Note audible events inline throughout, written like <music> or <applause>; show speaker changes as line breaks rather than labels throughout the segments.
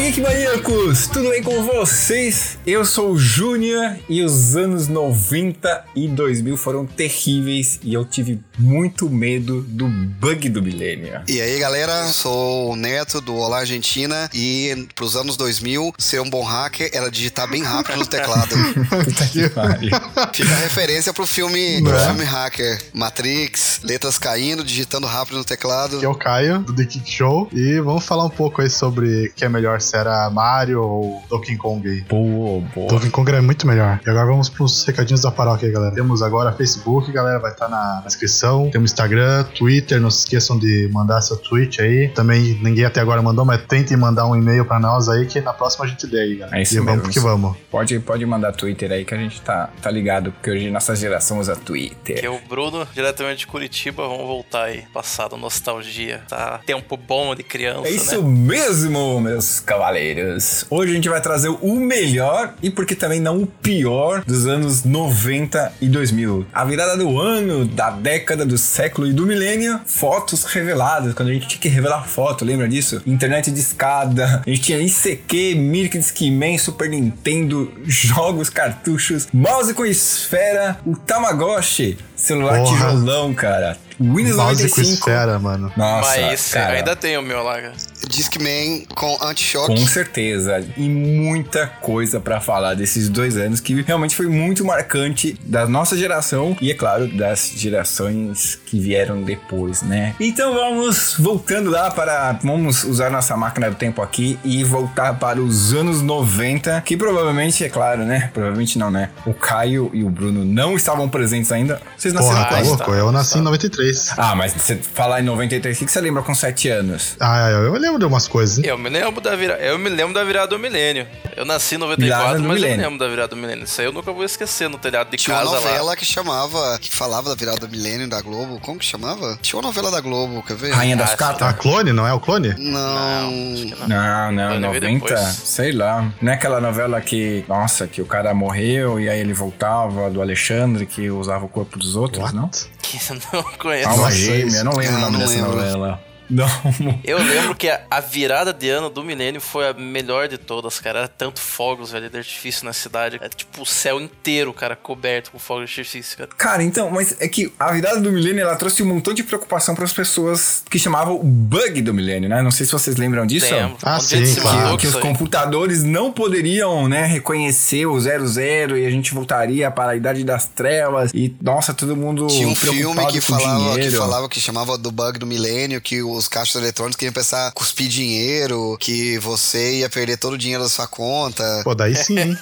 Geek Maníacos! Tudo bem com vocês? Eu sou o Júnior e os anos 90 e 2000 foram terríveis e eu tive muito medo do bug do milênio.
E aí galera, sou o Neto do Olá Argentina e pros anos 2000, ser um bom hacker era digitar bem rápido no teclado.
Puta que pariu.
Fica a referência pro filme, pro
Né?
filme hacker Matrix, letras caindo, digitando rápido no teclado.
Aqui é o Caio, do The Kick Show, e vamos falar um pouco aí sobre o que é melhor, se era Mario ou Donkey Kong aí.
<laughs> Boa, boa.
Donkey Kong era muito melhor. E agora vamos pros recadinhos da paróquia, aí, galera. Temos agora Facebook, galera, vai estar na descrição. Temos Instagram, Twitter, não se esqueçam de mandar seu tweet aí. Também ninguém até agora mandou, mas tentem mandar um e-mail pra nós aí, que na próxima a gente lê aí, galera.
É isso
e vamos
mesmo.
porque vamos.
Pode, pode mandar Twitter aí que a gente tá, tá ligado, porque hoje nossa geração usa Twitter.
Que é o Bruno, diretamente de Curitiba, vamos voltar aí. Passado, nostalgia, tá? Tempo bom de criança,
É isso
né?
mesmo, meus cavaleiros. Hoje a gente vai trazer o melhor e por que também não o pior dos anos 90 e 2000. A virada do ano, da década, do século e do milênio, fotos reveladas, quando a gente tinha que revelar foto, lembra disso? Internet de escada, a gente tinha ICQ, Mirk Discman, Super Nintendo, jogos, cartuchos, mouse com esfera, o Tamagotchi, celular
Porra.
tijolão, cara. Windows
Mouse com
95.
esfera, mano.
Nossa,
Mas
cara.
eu ainda tenho o meu lá, cara.
Discman com anti-choque.
Com certeza, e muita coisa pra falar desses dois anos que realmente foi muito marcante da nossa geração e, é claro, das gerações que vieram depois, né? Então vamos voltando lá para. Vamos usar nossa máquina do tempo aqui e voltar para os anos 90, que provavelmente, é claro, né? Provavelmente não, né? O Caio e o Bruno não estavam presentes ainda. Vocês nasceram
Porra, tá
quando?
quase,
louco?
tá?
Eu nasci em 93.
Ah, mas você falar em 93, o que que você lembra com 7 anos?
Ah, eu lembro de umas coisas. hein?
Eu me lembro da virada. Eu me lembro da virada do milênio. Eu nasci em
Virada do
94, mas eu me
milênio.
lembro da virada do milênio. Isso aí eu nunca vou esquecer no telhado de
Tinha uma
casa
novela
lá.
que chamava, que falava da virada do milênio da Globo. Como que chamava? Tinha uma novela da Globo, quer ver?
Rainha das
Ah,
Catas?
Ah, clone, não é o clone?
Não.
Não, acho que não.
Ah,
Não, não,
Eu não vi
90,
depois.
sei lá. Não é aquela novela que, nossa, que o cara morreu e aí ele voltava, do Alexandre, que usava o corpo dos outros, não?
<laughs> Que eu não conheço.
Alma
Nossa,
Gêmea,
isso.
eu não lembro o
Ah,
nome
não
dessa
lembro.
novela. <laughs> Não,
Eu lembro que a, a virada de ano do milênio foi a melhor de todas, cara. Era tanto fogos, velho, de artifício na cidade. É tipo o céu inteiro, cara, coberto com fogos de artifício, cara.
Cara, então, mas é que a virada do milênio ela trouxe um montão de preocupação para as pessoas que chamavam o bug do milênio, né? Não sei se vocês lembram disso.
Lembro.
Ah,
Onde é que
sim,
se
claro.
mandou
que os
isso aí?
computadores não poderiam, né, reconhecer o 00 e a gente voltaria para a idade das trevas e nossa, todo mundo
Tinha um filme
preocupado
que
com
falava, que
dinheiro.
falava que chamava do bug do milênio, que os caixas eletrônicos queriam pensar a cuspir dinheiro, que você ia perder todo o dinheiro da sua conta.
Pô, daí sim, hein?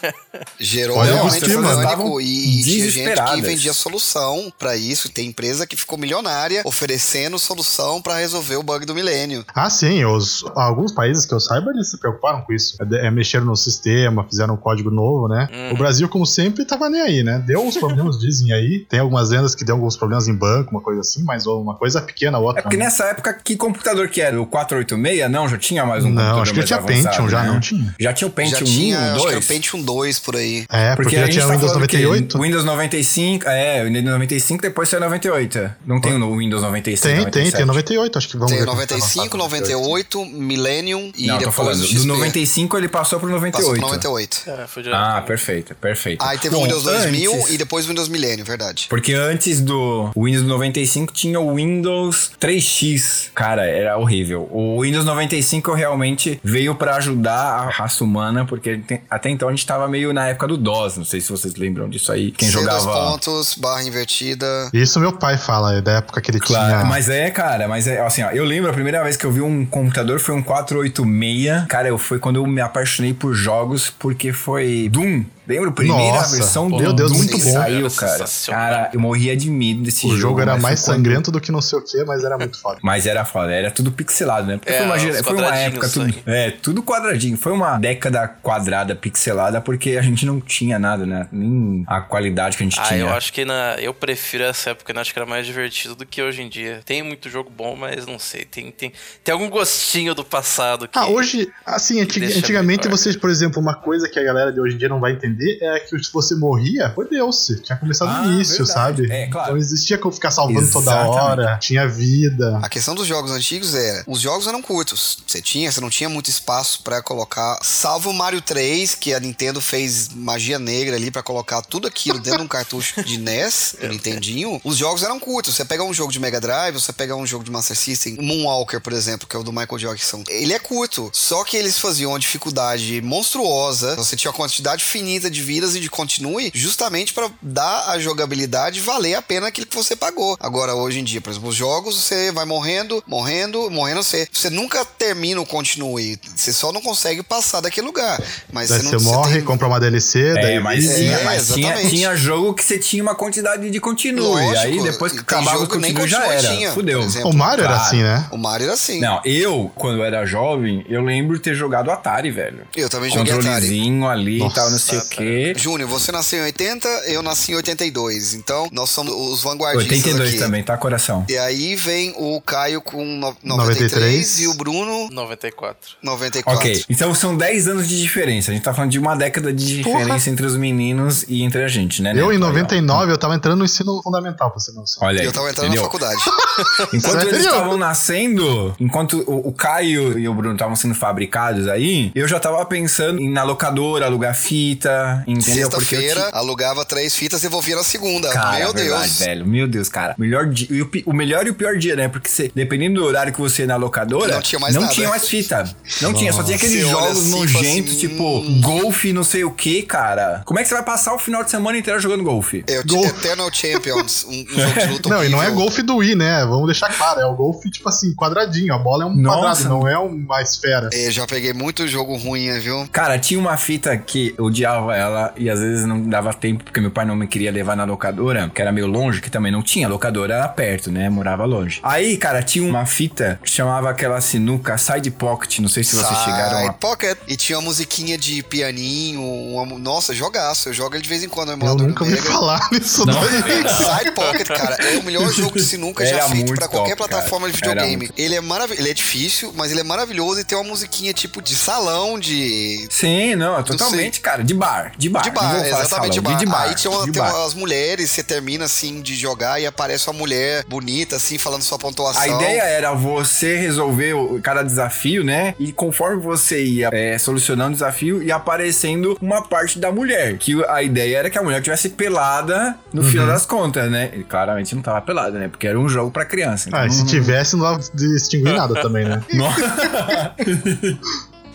Gerou
Olha,
realmente
cuspir, mano.
pânico e, e tinha gente que
Desesperadas.
vendia solução pra isso. Tem empresa que ficou milionária oferecendo solução pra resolver o bug do milênio.
Ah, sim. Os, alguns países que eu saiba, eles se preocuparam com isso. É, é, mexeram no sistema, fizeram um código novo, né? O Brasil, como sempre, tava nem aí, né? Deu uns problemas, dizem aí. Tem algumas lendas que deu alguns problemas em banco, uma coisa assim, mas uma coisa pequena, a outra.
É porque
né?
nessa época, que computador que era? O 486? Não, já tinha mais um
Não,
computador
acho que
mais
tinha
avançado,
Pentium, já
né?
não tinha.
Já tinha o
Já
Pentium 1,
tinha, acho que era
2?
o Pentium 2 por aí.
É, porque,
a
já
gente
tinha
tá
Windows
falando que
98.
Windows 95, é, o Windows 95 depois saiu 98. Não tem o Windows 96,
Tem, tem, tem
97.
98, acho que vamos
Tem
ver.
o
quando tá
95,
lançado.
98, Millennium e
Não, tô
depois
falando, do
o XP.
95 ele passou pro
Passou
98.
pro 98.
É, foi direto.
Ah, perfeito, perfeito.
Aí teve o
Bom,
Windows 2000
antes-
e depois o Windows Millennium, verdade.
Porque antes do Windows 95 tinha o Windows 3X. Cara, era horrível. O Windows 95 realmente veio pra ajudar a raça humana, porque te- até então a gente tava meio na época do DOS. Não sei se vocês lembram disso aí. Quem
C, dois
jogava.
pontos, barra invertida.
Isso meu pai fala, é da época que ele
Claro,
tinha.
mas é, cara, mas é assim, ó, eu lembro a primeira vez que eu vi um computador foi um 486. Cara, eu foi quando eu me apaixonei por jogos, porque foi Doom. Lembro? Primeira
Nossa,
versão
pô,
do
meu Deus,
Doom
muito
que
bom.
saiu,
Era
cara.
sensacional.
Cara, eu morria de medo desse
o jogo, era
mas
mais
foi quando-
sangrento do que não sei o que, mas era muito foda.
Mas era foda, era tudo pixelado, né? Porque
É,
foi, uma,
os
gera- foi uma
quadradinhos
época tudo.
assim.
aí.
É, tudo quadradinho. Foi uma década quadrada, pixelada, porque a gente não tinha nada, né? Nem a qualidade que a gente
Ah,
tinha.
eu acho que na, eu prefiro essa época, né? Acho que era mais divertido do que hoje em dia. Tem muito jogo bom, mas não sei. Tem, tem, tem algum gostinho do passado que.
Ah, hoje, assim, antig-
deixa
antigamente
melhor.
é.
vocês, por exemplo, uma coisa que a galera de hoje em dia não vai entender entender é que se você morria, fodeu-se. Tinha começado
Ah,
no início,
verdade.
sabe?
É, claro.
Não existia como ficar salvando toda
Exatamente. Ah,
hora. Tinha vida.
A questão dos jogos antigos era, os jogos eram curtos. Você tinha, você não tinha muito espaço pra colocar, salvo o Mario 3, que a Nintendo fez magia negra ali pra colocar tudo aquilo dentro de um cartucho de
<laughs>
NES, do Nintendinho. Os jogos eram curtos. Você pega um jogo de Mega Drive, você pega um jogo de Master System, Moonwalker, por exemplo, que é o do Michael Jackson. Ele é curto, só que eles faziam uma dificuldade monstruosa. Você tinha uma quantidade finita de vidas e de continue, justamente pra dar a jogabilidade valer a pena aquilo que você pagou. Agora, hoje em dia, por exemplo, os jogos, você vai morrendo, morrendo, morrendo, você, você nunca termina o continue. Você só não consegue passar daquele lugar. Mas
Daí
você não
você
você
morre,
tem-
compra uma DLC, daí
É, mas,
É,
tinha, mas tinha,
exatamente.
tinha jogo que você tinha uma quantidade de continue.
Lógico,
aí depois que
e tem
acabava o
jogo que nem
continue já
continue
era.
tinha,
Fudeu.
por exemplo.
O Mario era
é Claro.
assim, né?
O Mario era assim.
Não, eu, quando era jovem, eu lembro ter jogado Atari, velho.
Eu também joguei Atari.
Controlezinho ali e
Nossa,
tal, não sei o quê.
Júnior, você nasceu em 80, eu nasci em 82. Então, nós somos os vanguardistas
82
aqui.
também, tá, coração?
E aí vem o Caio com no- 93,
93,
e o Bruno
94.
94.
Ok, então são 10 anos de diferença. A gente tá falando de uma década de
Porra.
diferença entre os meninos e entre a gente, né?
Eu,
Neto?
em
Aí, ó.
99, eu tava entrando no ensino fundamental, pra você não saber.
Olha aí,
Eu tava entrando
entendeu?
na faculdade.
Enquanto
Sério?
eles estavam nascendo, enquanto o, o Caio e o Bruno estavam sendo fabricados aí, eu já tava pensando em na locadora, alugar fita, entendeu? Porque eu
Sexta-feira,
ti-
alugava três fitas e devolvia na segunda.
Cara, é
Meu
verdade,
Deus.
velho. Meu Deus, cara. Melhor di- e o, pi- o melhor e o pior dia, né? Porque você, dependendo do horário que você ia na locadora,
Não tinha mais nada.
tinha mais fita. Não tinha, só tinha aqueles
Você olha
jogos
assim e fala
nojentos,
assim,
tipo golfe, não sei o que, cara. Como é que você vai passar o final de semana inteiro jogando golfe?
Eu
Gol.
tinha Eternal Champions, um, um jogo de
<laughs>
luta
Não, e não é
horrível.
golfe do Wii, né? Vamos deixar claro. É o golfe, tipo assim, quadradinho. A bola é um
Nossa.
quadrado, não é uma esfera.
É, já peguei muito jogo ruim, né, viu?
Cara, tinha uma fita que eu odiava ela e às vezes não dava tempo porque meu pai não me queria levar na locadora, que era meio longe, que também não tinha. locadora era perto, né? Morava longe. Aí, cara, tinha uma fita que chamava aquela sinuca Side Pocket. Não sei se vocês chegaram
Side
a.
Pocket. E tinha uma musiquinha de pianinho. Uma... mu- Nossa, jogaço. Eu jogo ele de vez em quando no
Eu
emulador.
nunca ouvi
Mega.
falar <laughs> nisso,
Não.
não.
Side Pocket, cara, é o melhor jogo de sinuca já
Era
feito
muito
pra qualquer
top,
plataforma de
cara. Era
videogame. Ele é maravilhoso, ele é difícil, mas ele é maravilhoso e tem uma musiquinha tipo de salão, de
Sim, não, totalmente, cara. De bar. De bar.
de
não
bar,
vou falar
exatamente de
salão,
bar.
de bar.
Aí tinha uma,
de
tem
bar.
umas mulheres, você termina assim de jogar e aparece uma mulher bonita assim falando sua pontuação.
A ideia é era você resolver o- cada desafio, né? E conforme você ia é, solucionando o desafio, ia aparecendo uma parte da mulher. Que a ideia era que a mulher tivesse pelada no final das contas, né? E claramente não tava pelada, né? Porque era um jogo pra criança. então <laughs>
Ah, e se
Uhum.
não-
tivesse, não dava de distinguir nada também,
<laughs>
né?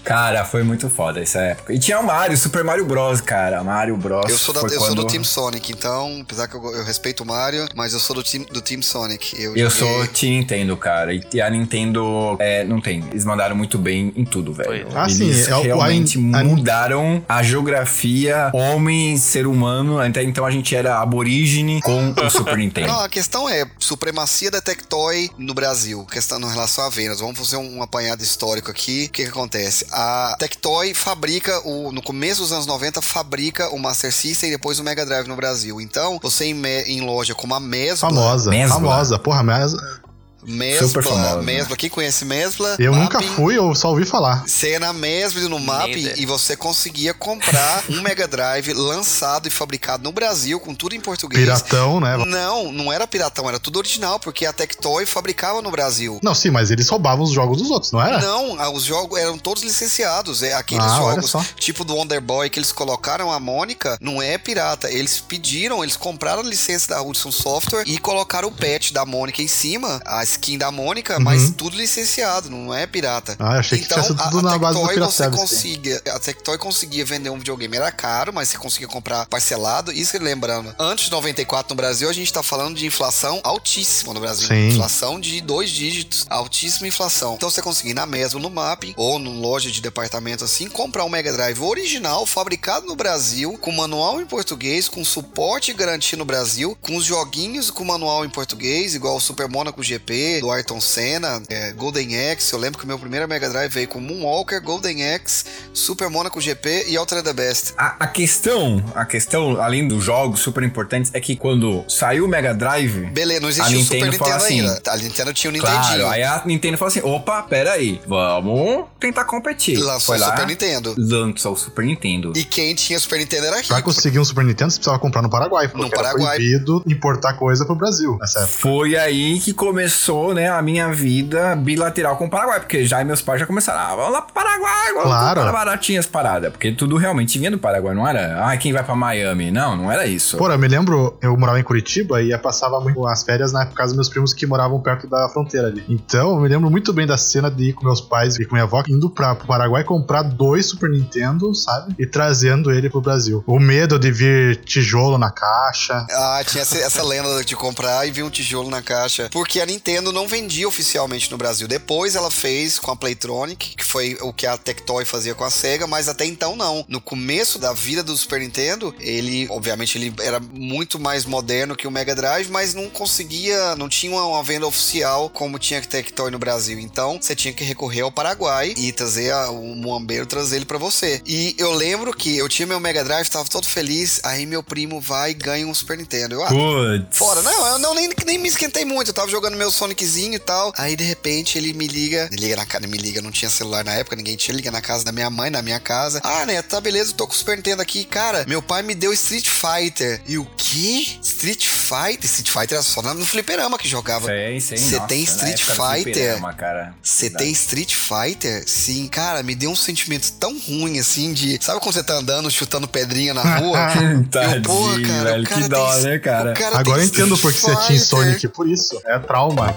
Cara, foi muito foda essa época. E tinha o Mario, Super Mario Bros, cara. Mario Bros.
Eu sou, da-
foi
eu sou do
quando-
Team Sonic, então, apesar que eu, go- eu respeito o Mario, mas eu sou do Team, do team Sonic. Eu,
Eu
joguei-
sou Team Nintendo, cara. E a Nintendo, é, não tem. Eles mandaram muito bem em tudo, velho.
Foi.
Ah, sim,
Eles
é o- a-
realmente
a-
mudaram a geografia homem, ser humano. Até então a gente era aborígene com o
<laughs>
Super Nintendo.
Não, a questão é supremacia da Tectoy no Brasil, questão em relação a vendas. Vamos fazer um apanhado histórico aqui. O que, que acontece? A Tectoy fabrica, o, no começo dos anos 90, fabrica o Master System e depois o Mega Drive no Brasil. Então, você em, me- em loja como a Mesbla...
Famosa,
Mesbla.
famosa.
né?
Porra, mas
Mesbla,
Super famosa.
Mesbla. Quem conhece Mesbla?
né? eu
Mapping,
nunca fui, eu só ouvi falar.
Você ia na Mesbla e no MAP
ideia.
e você conseguia comprar um Mega Drive lançado e fabricado no Brasil, com tudo em português.
Piratão, né?
Não, não era piratão, era tudo original, porque a Tectoy fabricava no Brasil.
Não, sim, mas eles roubavam os jogos dos outros, não era?
Não, ah, os jogos eram todos licenciados. É, aqueles
Ah, olha
jogos
só.
tipo do Wonder Boy que eles colocaram a Mônica, não é pirata. Eles pediram, eles compraram a licença da Hudson Software e colocaram o patch da Mônica em cima, a skin da Mônica, mas tudo licenciado, não é pirata. Então,
Ah, eu Uhum. achei que tinha sido
a-
tudo
a
na base do
Tectoy
Pirata
você
Service.
conseguia, A Tectoy conseguia vender um videogame, era caro, mas você conseguia comprar parcelado. Isso que lembrando, antes de 94 no Brasil, a gente tá falando de inflação altíssima no Brasil.
Sim.
Inflação de dois dígitos, altíssima inflação. Então você conseguia ir na mesma, no MAP, ou numa loja de departamento assim, comprar um Mega Drive original, fabricado no Brasil, com manual em português, com suporte e garantia no Brasil, com os joguinhos com manual em português, igual o Super Monaco GP, CD do Ayrton Senna, é, Golden Axe. Eu lembro que o meu primeiro Mega Drive veio com Moonwalker, Golden Axe, Super Monaco GP e Ultra the Best.
A, a questão, a questão, além dos jogos super importantes, é que quando saiu o Mega Drive,
Beleza, não
A
existia o Super
Nintendo
Nintendo
fala assim,
ainda. A Nintendo tinha o Nintendinho.
claro, aí a Nintendo falou assim, opa, pera aí, vamos tentar competir.
lançou
Foi
o
lá,
Super Nintendo.
lançou o Super Nintendo.
E quem tinha Super Nintendo era
Pra
rico.
conseguir um Super Nintendo, você precisava comprar no Paraguai, porque
No Paraguai.
era proibido importar coisa pro Brasil né,
Tá.
nessa época.
Foi aí que começou, né, a minha vida bilateral com o Paraguai, porque já meus pais já começaram, ah, vamos lá pro Paraguai, vamos
Claro.
comprar baratinhas paradas, porque tudo realmente vinha do Paraguai, não era, ah, quem vai pra Miami, não, não era isso.
Pô, eu me lembro, eu morava em Curitiba e eu passava muito as férias na casa dos meus primos que moravam perto da fronteira ali. Então, eu me lembro muito bem da cena de ir com meus pais e com minha avó indo pra, pro Paraguai comprar dois Super Nintendo, sabe? E trazendo ele pro Brasil. O medo de vir tijolo na caixa.
Ah, tinha essa, essa lenda de comprar e vir um tijolo na caixa. Porque a Nintendo não vendia oficialmente no Brasil. Depois ela fez com a Playtronic, que foi o que a Tectoy fazia com a SEGA, mas até então não. No começo da vida do Super Nintendo, ele, obviamente, ele era muito mais moderno que o Mega Drive, mas não conseguia, não tinha uma, uma venda oficial como tinha a Tectoy no Brasil. Então, você tinha que recorrer ao Paraguai e trazer a- o muambeiro, trazer ele pra você. E eu lembro que eu tinha meu Mega Drive, tava todo feliz, aí meu primo vai e ganha um Super Nintendo. Eu, ah,
Putz.
Fora, não, eu não, nem, nem me esquentei muito. Eu tava jogando meu Soniczinho e tal. Aí de repente ele me liga. Ele liga na casa, me liga, não tinha celular na época, ninguém tinha. Liga na casa da minha mãe, na minha casa. Ah, né, tá beleza, eu tô com o Super Nintendo aqui. Cara, meu pai me deu Street Fighter. E o quê? Street Fighter? Street Fighter era só na- no fliperama que jogava.
Sei, sei,
Você
nossa,
tem
na
Street
época do
Fighter?
fliperama, cara.
Você tem Street Fighter? Sim, cara, me deu um sentimento tão ruim assim de. Sabe quando você tá andando, chutando pedrinha na
<laughs>
rua?
<laughs> Tadinho,
Pô, cara, o
velho,
cara
que dó,
tem-
né, cara?
O cara
Agora eu
tem
entendo por que você
Street
tinha
Fighter.
Sonic, por isso. É trauma.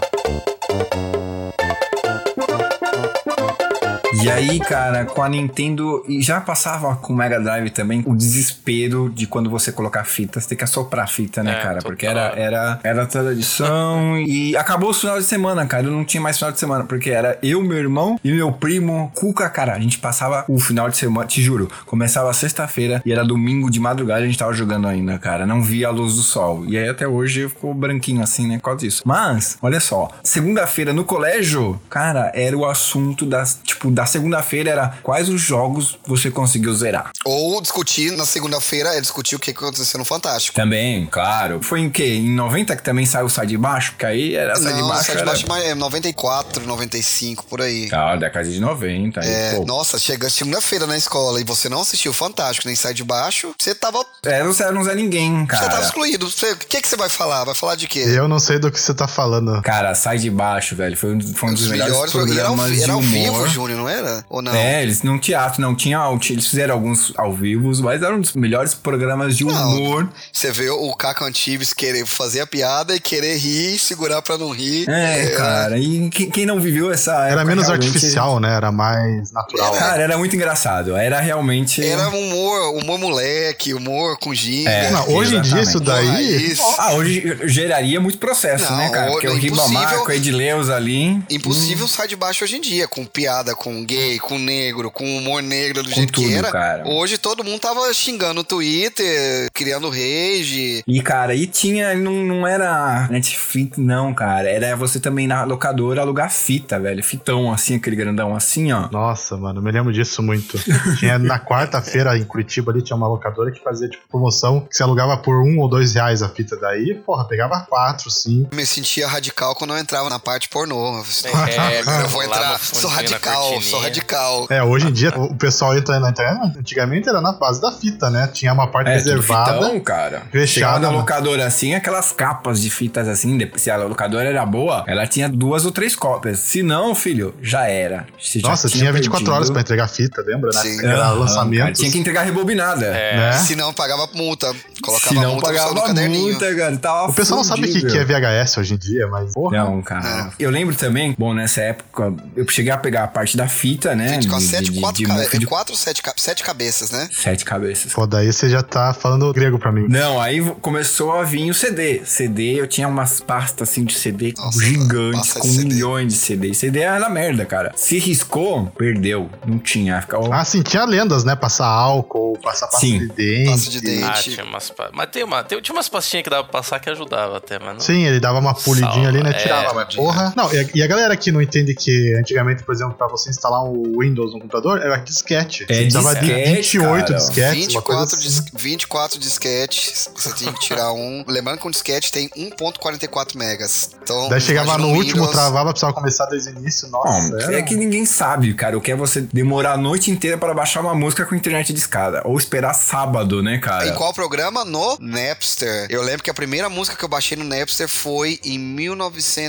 E aí, cara, com a Nintendo, e já passava com o Mega Drive também, o desespero de quando você colocar fita, você tem que assoprar a fita, né,
É,
cara?
total.
Porque era, era, era tradição e acabou os finais de semana, cara. Eu não tinha mais final de semana, porque era eu, meu irmão e meu primo Cuca, cara. A gente passava o final de semana, te juro, começava sexta-feira e era domingo de madrugada a gente tava jogando ainda, cara. Não via a luz do sol. E aí até hoje ficou branquinho assim, né, por causa disso. Mas, olha só, segunda-feira no colégio, cara, era o assunto das, tipo, da segunda-feira era quais os jogos você conseguiu zerar.
Ou discutir na segunda-feira é discutir o que aconteceu no Fantástico.
Também, claro. Foi em que? Em 90 que também saiu o Sai de Baixo? Que aí era Sai de
não,
Baixo,
Sai de
era...
Baixo é mais- é 94, 95, por aí.
Cara, Ah, década de 90. Aí,
É,
pô.
nossa, chega segunda-feira na escola e você não assistiu o Fantástico, nem Sai de Baixo, você tava,
Era, você É, não Zé Ninguém,
você tava
cara.
excluído. Você- O que, que você vai falar? Vai falar de quê?
Eu não sei do que você tá falando.
Cara, Sai de Baixo, velho. Foi um, foi um dos, melhores,
e era ao,
programas
vi- era ao
de humor.
vivo, Júnior, não era? Ou não?
É, eles não teatro, não tinha out, eles fizeram alguns ao vivo, mas eram um dos melhores programas de
Não.
humor.
Você vê o Caco Antibes querer fazer a piada e querer rir, segurar pra não rir.
É, cara, e quem, quem não viveu essa época,
Era menos
realmente-
artificial, né? Era mais natural.
Cara, era muito engraçado. Era realmente
Era um humor, humor moleque, humor com ginga.
É,
Não, hoje em dia isso
exatamente.
Olha
daí
isso.
Ah, hoje geraria muito processo,
Não,
né, cara? Porque
olha,
o Ribamar
impossível-
com o Edileus ali. Hum.
Impossível sair de baixo hoje em dia, com piada, com gay, com negro, com humor negro do
Com
jeito
tudo,
que era.
cara.
Hoje todo mundo tava xingando o Twitter, criando rage.
E, cara, e tinha, não, não era Netflix, não, cara. Era você também na locadora alugar fita, velho. Fitão, assim, aquele grandão assim, ó.
Nossa, mano, me lembro disso muito. Tinha na quarta-feira em Curitiba ali, tinha uma locadora que fazia tipo promoção que você alugava por um ou dois reais a fita daí, porra, pegava quatro, cinco.
Me sentia radical quando eu entrava na parte pornô. Eu falei,
<laughs>
É,
eu vou
lá
entrar,
no
sou
fundinho, na
radical,
cortininha.
sou radical.
É, hoje em dia o o pessoal entra na internet. né? Antigamente era na base da fita, né? Tinha uma parte
É, tudo
reservada.
fitão, cara.
fechada, né?
Chegava na
mano.
locadora assim, aquelas capas de fitas assim, de- se a locadora era boa, ela tinha duas ou três cópias. Se não, filho, já era. Você já
Nossa, tinha 24 horas pra
perdido.
entregar fita, lembra? Né?
Sim.
Era
Aham, cara,
lançamento.
Tinha que entregar rebobinada.
né?
Se não, pagava multa. É, Colocava
É? Se não,
multa no
pagava
do caderninho.
multa, cara. Tava
O pessoal não sabe o que,
fudido.
que é VHS hoje em dia, mas. Porra.
É. Não, cara. Eu lembro também, bom, nessa época, eu cheguei a pegar a parte da fita, né?
Gente, com as
de-
sete,
de- de-
quatro,
de
cabe-
mofo de-
é quatro, sete, ca- sete cabeças, né?
Sete cabeças.
Pô, daí você já tá falando grego pra mim.
Não, aí v- começou a vir o CD. CD, eu tinha umas pastas assim de CD
Nossa,
gigantes,
pasta
com
de CD.
milhões de CD. CD era merda, cara. Se riscou, perdeu. Não tinha. Ficava
Ah, sim, tinha lendas, né? Passar álcool, passar pasta
Sim.
de dente.
Pasta de dente.
Ah, tinha umas. pa- Mas tem uma, tem, tinha umas pastinhas que dava pra passar que ajudava até, mas não.
Sim, ele dava uma polidinha
Salva,
ali, né?
é,
Tirava, mas
verdade.
porra. Não, e a, e a galera que não entende que antigamente, por exemplo, pra você instalar um Windows no computador, era disquete.
É,
Você precisava
disquete,
de 28
cara.
disquetes, uma coisa
24,
assim.
dis 24 disquetes, você tinha que tirar um. Lembrando que um disquete tem 1.44 megas. Então,
Daí chegava
imagina
no
um
último,
Windows.
travava, precisava começar desde o início. Nossa,
Bom,
era
é que ninguém sabe, cara. O que é você demorar a noite inteira para baixar uma música com internet de escada? Ou esperar sábado, né, cara?
Em qual é programa? No Napster. Eu lembro que a primeira música que eu baixei no Napster foi em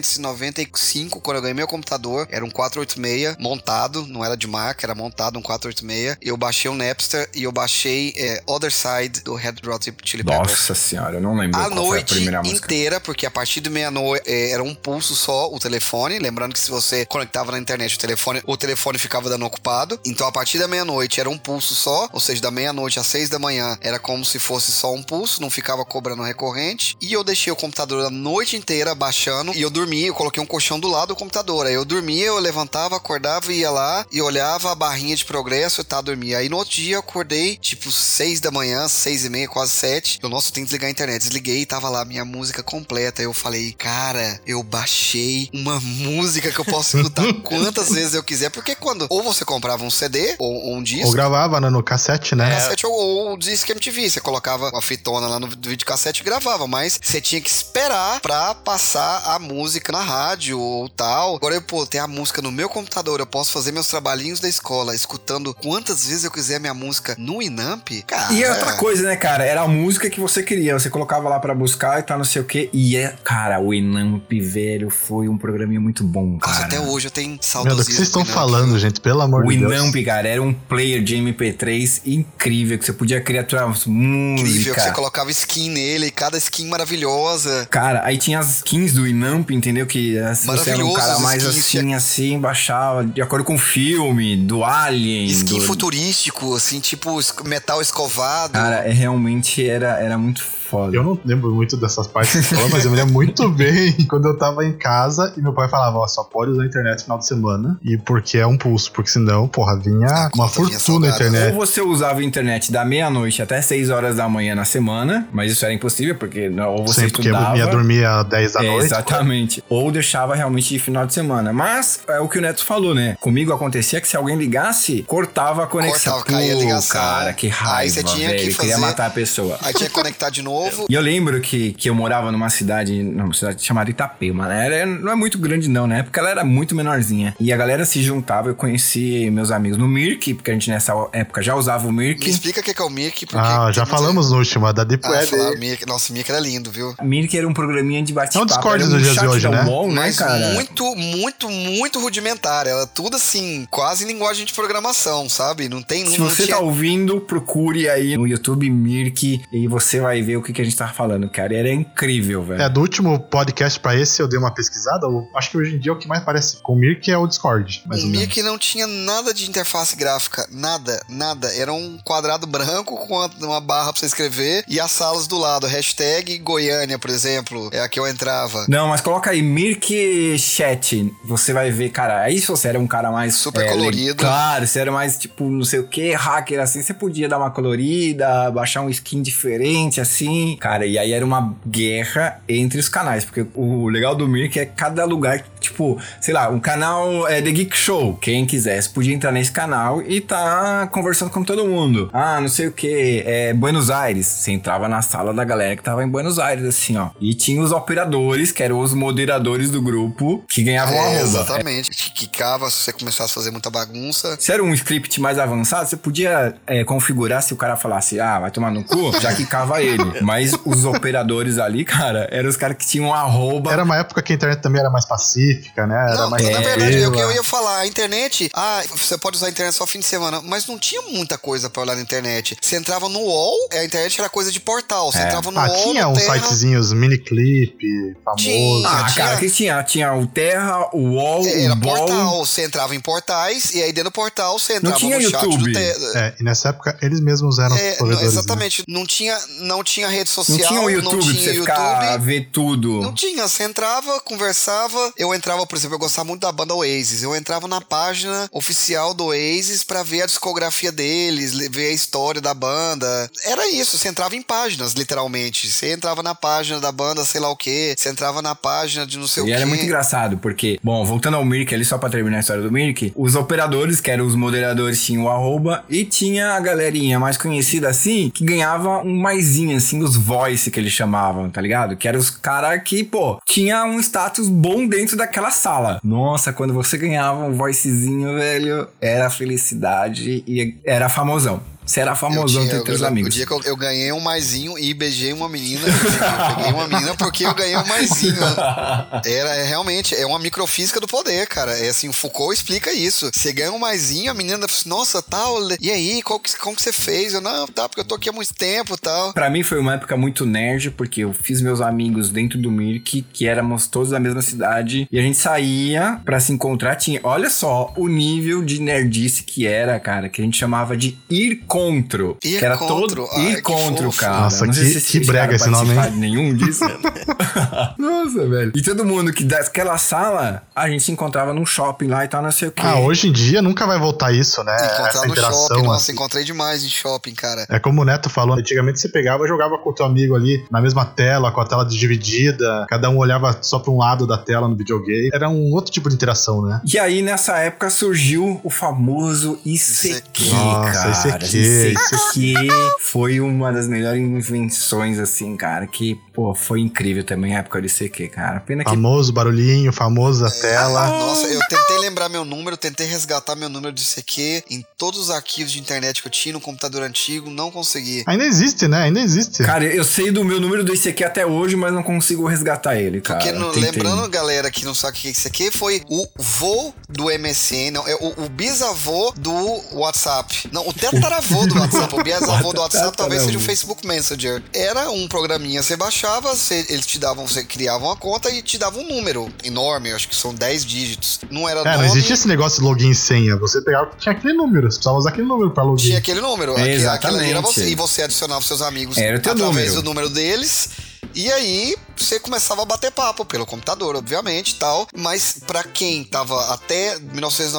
1995, quando eu ganhei meu computador. Era um 486 montado, não era de marca, era montado um 486. Eu baixei o Napster e eu baixei é, Other Side do Red Hot Chili Peppers.
Nossa senhora, eu não lembro
A
qual foi a
noite
primeira música.
inteira, porque a partir de meia-noite eh, era um pulso só o telefone. Lembrando que se você conectava na internet o telefone, o telefone ficava dando ocupado. Então a partir da meia-noite era um pulso só, ou seja, da meia-noite às seis da manhã era como se fosse só um pulso, não ficava cobrando recorrente. E eu deixei o computador a noite inteira baixando e eu dormia, eu coloquei um colchão do lado do computador. Aí eu dormia, eu levantava, acordava, ia lá e olhava a barrinha de progresso e tá, dormia. Aí no outro dia eu acordei, tipo, 6 da manhã, 6 e meia, quase 7. Eu, nossa, eu tenho que desligar a internet. Desliguei e tava lá minha música completa. Eu falei, cara, eu baixei uma música que eu posso escutar quantas vezes eu quiser. Porque quando ou você comprava um CD ou um disco.
Ou gravava né, no cassete, né?
Cassete ou, ou disco MTV, você colocava a fitona lá no vídeo cassete e gravava, mas você tinha que esperar pra passar a música na rádio ou tal. Agora eu, pô, tem a música no meu computador, eu posso fazer meus trabalhinhos da escola escutando quantas vezes eu quiser minha música no Inamp. Cara,
E outra coisa, né, cara? Era a música que você queria. Você colocava lá pra buscar e tá não sei o quê. E é. Cara, o Enamp, velho, foi um programinha muito bom, cara.
Nossa, até hoje eu tenho
Meu
saudosismo. né?
Deus, o que vocês
com o
estão
Winamp.
falando, gente? Pelo amor
O
de Deus.
Inamp, cara, era um player de MP3 incrível, que você podia criar suas músicas.
Incrível, que você colocava skin nele, cada skin maravilhosa.
Cara, aí tinha as skins do Inamp, entendeu? Que assim, você era um
Maravilhoso
cara
as
mais
skins,
assim, assim, baixava, de acordo com o filme, do Alien.
Skin
do...
futurístico, assim, tipo es- metal escovado.
Cara, é, realmente era, era muito foda.
Eu não lembro muito dessas partes que você falou, mas eu me lembro muito bem <laughs> quando eu tava em casa e meu pai falava, ó, só pode usar a internet no final de semana. E porque é um pulso, porque senão, porra, vinha
A
uma
conta vinha
fortuna a
salgada.
Ou
internet.
você usava a internet da meia-noite até 6 horas da manhã na semana, mas isso era impossível, porque não- ou você
Sim, porque
estudava...
eu ia dormir às 10 da
É,
noite.
Exatamente. Ou deixava realmente de final de semana. Mas é o que o Neto falou, né? Comigo acontecia que se alguém ligasse, cortava a conexão.
Cortava, caía a
Pô,
ligação.
Cara, que
Aí
raiva,
você tinha
velho.
que
Eu Queria
fazer-
matar a pessoa.
Aí tinha que conectar de
<laughs>
novo.
E eu lembro que, que eu morava numa cidade, numa cidade chamada Itapema, né? Era, não é muito grande, não, né? Porque ela era muito menorzinha. E a galera se juntava, eu conheci meus amigos no Mirk, porque a gente nessa época já usava o
Me
Mirk.
explica o que que é o Mirk, porque.
Ah,
tem
já
muita-
falamos no último, a da Deep
Ah,
Web.
É,
falaram Mirk. Nossa, Mirk era lindo, viu?
Mirk era um programinha de bate-papo.
É um Discord
era
dos dias de
chat
hoje,
da
né?
UOL, né,
Mas
cara?
muito, muito, muito rudimentar. Era tudo assim, quase em linguagem de programação, sabe? Não tem
Se
não
você
tinha-
tá ouvindo, procure aí no YouTube Mirk e você vai ver o que, que a gente tá falando, cara. E Era incrível, velho.
É, do último podcast pra esse eu dei uma pesquisada. eu acho que hoje em dia é o que mais parece com o Mirk é o Discord, mais
O
ou menos.
Mirk um não tinha nada de interface gráfica, nada, nada. Era um quadrado branco com uma- uma barra pra você escrever e as salas do lado. Hashtag Goiânia, por exemplo, é a que eu entrava.
Não, mas coloca aí Mirk Chat. Você vai ver, cara. Aí se você era um cara mais.
Super
le-
colorido.
Claro, você era mais tipo, não sei o que, hacker assim. Você podia dar uma colorida, baixar um skin diferente assim. Cara, e aí era uma guerra entre os canais. Porque o legal do Mirk é cada lugar, tipo, sei lá, um canal é The Geek Show. Quem quisesse podia entrar nesse canal e tá conversando com todo mundo. Ah, não sei o que, é Buenos Aires. Você entrava na sala da galera que tava em Buenos Aires, assim, ó. E tinha os operadores, que eram os moderadores do grupo, que ganhavam
É,
arroba.
exatamente. Que quicava se você começasse a fazer muita bagunça.
Se era um script mais avançado, você podia é, configurar se o cara falasse, ah, vai tomar no cu, já que cava
<laughs>
ele. Mas os operadores ali, cara, eram os caras que tinham um arroba.
Era uma época que a internet também era mais pacífica, né? Era
é Não,
mais
na
tranquila.
verdade, é o que eu ia falar, a internet, ah, você pode usar a internet só fim de semana, mas não tinha muita coisa pra olhar na internet. Você entrava no UOL, a internet era coisa de portal.
É.
Você entrava no
Ah,
UOL,
tinha
no
um
uns
Terra,
sitezinhos miniclip, famoso.
Tinha.
Ah,
tinha-
cara, que tinha, tinha o Terra, o UOL,
Era
o Ball.
portal, você entrava em portais, e aí dentro do portal você entrava
tinha
no chat
YouTube.
do Te...
É, e nessa época eles mesmos eram
É,
os provedores.
não,
né?
exatamente. Não tinha, não tinha rede social,
Não tinha o
não
YouTube pra
tinha
você
YouTube.
ficar ver tudo.
Não tinha, você entrava, conversava. Eu entrava, por exemplo, eu gostava muito da banda Oasis. Eu entrava na página oficial do Oasis pra ver a discografia deles, le- ver a história da banda. Era isso, você entrava em páginas, literalmente. Você entrava na página da banda, sei lá o quê. Você entrava na página de não sei o
E
quê.
era muito engraçado, porque, bom, voltando ao Mirk ali, só pra terminar a história do Mirk, os operadores, que eram os moderadores, tinham o arroba e tinha a galerinha mais conhecida assim, que ganhava um maisinho, assim, os voice que eles chamavam, tá ligado? Que eram os caras que, pô, tinha um status bom dentro daquela sala. Nossa, quando você ganhava um voicezinho, velho, era felicidade e era famosão. Você era
Eu
famosão
tinha-
entre os
eu-
amigos.
O dia que eu, eu ganhei um maisinho e beijei uma menina, eu peguei uma menina porque eu ganhei um maisinho.
<laughs>
Era é, realmente, é uma microfísica do poder, cara. É assim, o Foucault explica isso. Você ganha um maisinho, a menina fala assim, nossa, tal, e aí, qual que- como que você fez? Eu, não, tá, porque eu tô aqui há muito tempo tal.
Pra mim foi uma época muito nerd, porque eu fiz meus amigos dentro do Mirk, que éramos todos da mesma cidade, e a gente saía pra se encontrar. Tinha, olha só o nível de nerdice que era, cara, que a gente chamava de ir contro.
Ir
que era
contro,
todo
ai,
ir
Ah, que
contra,
fofo.
cara.
Nossa,
Não
que-
sei se
que
vocês chegaram
brega
a
esse nome, hein?
participar de nenhum disso.
<laughs>
<laughs> Nossa, velho. E todo mundo que daquela sala, a gente se encontrava num shopping lá e tal, não sei o quê.
Ah, hoje em dia nunca vai voltar isso, né?
Encontrar
Essa
no
interação.
shopping, nossa,
assim.
encontrei demais em shopping, cara.
É como o Neto falou, antigamente você pegava e jogava com o teu amigo ali na mesma tela, com a tela dividida, cada um olhava só pra um lado da tela no videogame. Era um outro tipo de interação, né?
E aí, nessa época, surgiu o famoso ICQ,
Nossa,
cara.
ICQ,
ICQ foi uma das melhores invenções, assim, cara, que, pô, foi incrível também a época do ICQ, cara. Pena
É
que...
Famoso barulhinho, famosa tela.
Nossa, eu tentei lembrar meu número, tentei resgatar meu número de CQ em todos os arquivos de internet que eu tinha no computador antigo, não consegui.
Ainda existe, né? Ainda existe.
Cara, eu sei do meu número do ICQ até hoje, mas não consigo resgatar ele, cara.
Porque no-
Tentei.
lembrando, galera, que não sabe o que é isso aqui, foi o vô do MSN, não, é o, o bisavô do WhatsApp. Não, o tetaravô do WhatsApp, o bisavô do WhatsApp talvez seja o Facebook Messenger. Era um programinha, você baixava, você- eles te davam, você criava uma conta e te dava um número enorme, eu acho que são 10 dígitos. Não era
É, não
nome,
existia esse negócio de login e senha. Você pegava tinha aquele número, você precisava usar aquele número pra login.
tinha aquele número. aquele- aquele ali era você,
Exatamente.
e você adicionava seus amigos
Era o teu
através
número.
do número deles. E aí, você começava a bater papo pelo computador, obviamente, e tal. Mas pra quem tava até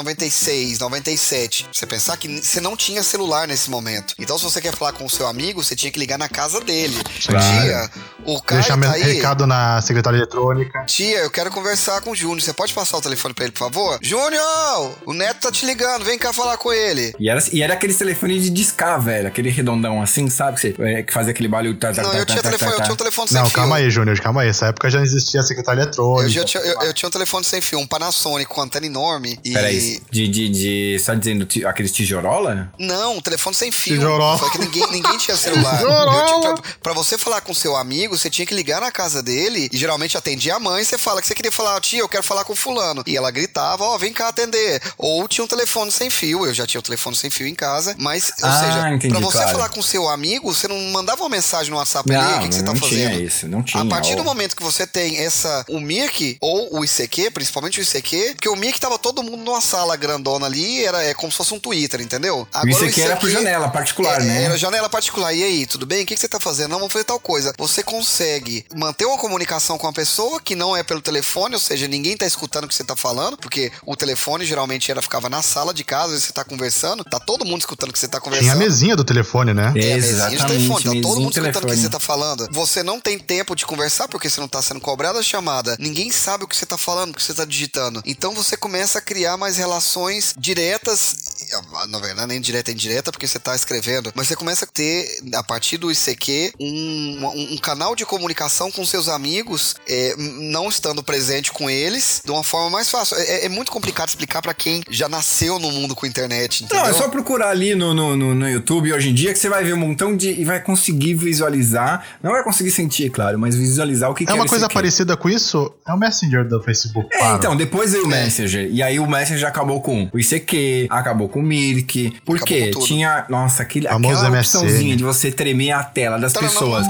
1996, 97, você pensar que n- você não tinha celular nesse momento. Então, se você quer falar com o seu amigo, você tinha que ligar na casa dele.
Claro.
Tia, o cara
Deixar
tá
meu
aí.
recado na secretária eletrônica.
Tia, eu quero conversar com o Júnior. Você pode passar o telefone pra ele, por favor? Júnior! O Neto tá te ligando, vem cá falar com ele.
E era, e era aquele telefone de discar, velho. Aquele redondão assim, sabe? Que, você, é, que fazia aquele barulho... tá, tá,
Não,
tá,
eu
tá,
tinha
tá,
telefone,
tá,
eu tinha
tá.
um telefone sem
Não,
fio.
calma aí, Júnior, calma aí. Essa época já existia a secretária
Eu,
eletrônica.
já tinha, eu, eu tinha um telefone sem fio, um Panasonic com antena enorme e...
Peraí, de, de, de... Você tá dizendo ti- aqueles tijorola?
Não, um telefone sem fio.
Tijoró.
Só que ninguém,
<laughs>
ninguém tinha celular.
Tijoró.
Eu tinha- pra, pra você falar com seu amigo, você tinha que ligar na casa dele e geralmente atendia a mãe. Você fala que você queria falar, tia, eu quero falar com fulano. E ela gritava, ó, vem cá atender. Ou tinha um telefone sem fio. Eu já tinha um telefone sem fio em casa, mas, ou
Ah,
seja,
entendi,
pra você
claro.
falar com seu amigo, você não mandava uma mensagem no WhatsApp ali, o que, que você tá
não
fazendo?
tinha isso, não tinha.
A partir
ó.
do momento que você tem essa o Mirk ou o ICQ, principalmente o ICQ, porque o Mirk tava todo mundo numa sala grandona ali, era é como se fosse um Twitter, entendeu?
O ICQ, era por janela particular,
é,
né?
Era janela particular. E aí, tudo bem? O que, que você tá fazendo? Não, vamos fazer tal coisa. Você consegue manter uma comunicação com a pessoa que não é pelo telefone, ou seja, ninguém tá escutando o que você tá falando, porque o telefone geralmente era ficava na sala de casa, e você tá conversando, tá todo mundo escutando o que você
É
tá conversando.
Tinha a mesinha do telefone, né?
É, mesinha de
Exatamente,
telefone, tá
mesinha
todo mundo
de
escutando o que
telefone.
você tá falando. Você não tem tempo de conversar porque você não tá sendo cobrado a chamada. Ninguém sabe o que você tá falando, o que você tá digitando. Então você começa a criar mais relações diretas. Na verdade, nem direta, é indireta, porque você tá escrevendo. Mas você começa a ter, a partir do ICQ, um, um- um canal de comunicação com seus amigos, é, m- não estando presente com eles, de uma forma mais fácil. É, é muito complicado explicar pra quem já nasceu no mundo com internet, entendeu?
Não, é só procurar ali no, no, no, no YouTube hoje em dia que você vai ver um montão de. e vai conseguir visualizar. Não vai conseguir sentir, é claro, mas analisar o que que
É uma
era
coisa
isso aqui.
parecida com isso? É o Messenger do Facebook.
É,
claro.
então, depois veio o Messenger. E aí o Messenger acabou com o ICQ, acabou com o Mirk. Por
Acabou
quê?
com tudo.
Tinha. Nossa, aquele,
Famoso
aquela
MSN.
opçãozinha de você tremer a tela das
Tá, não, não.
pessoas.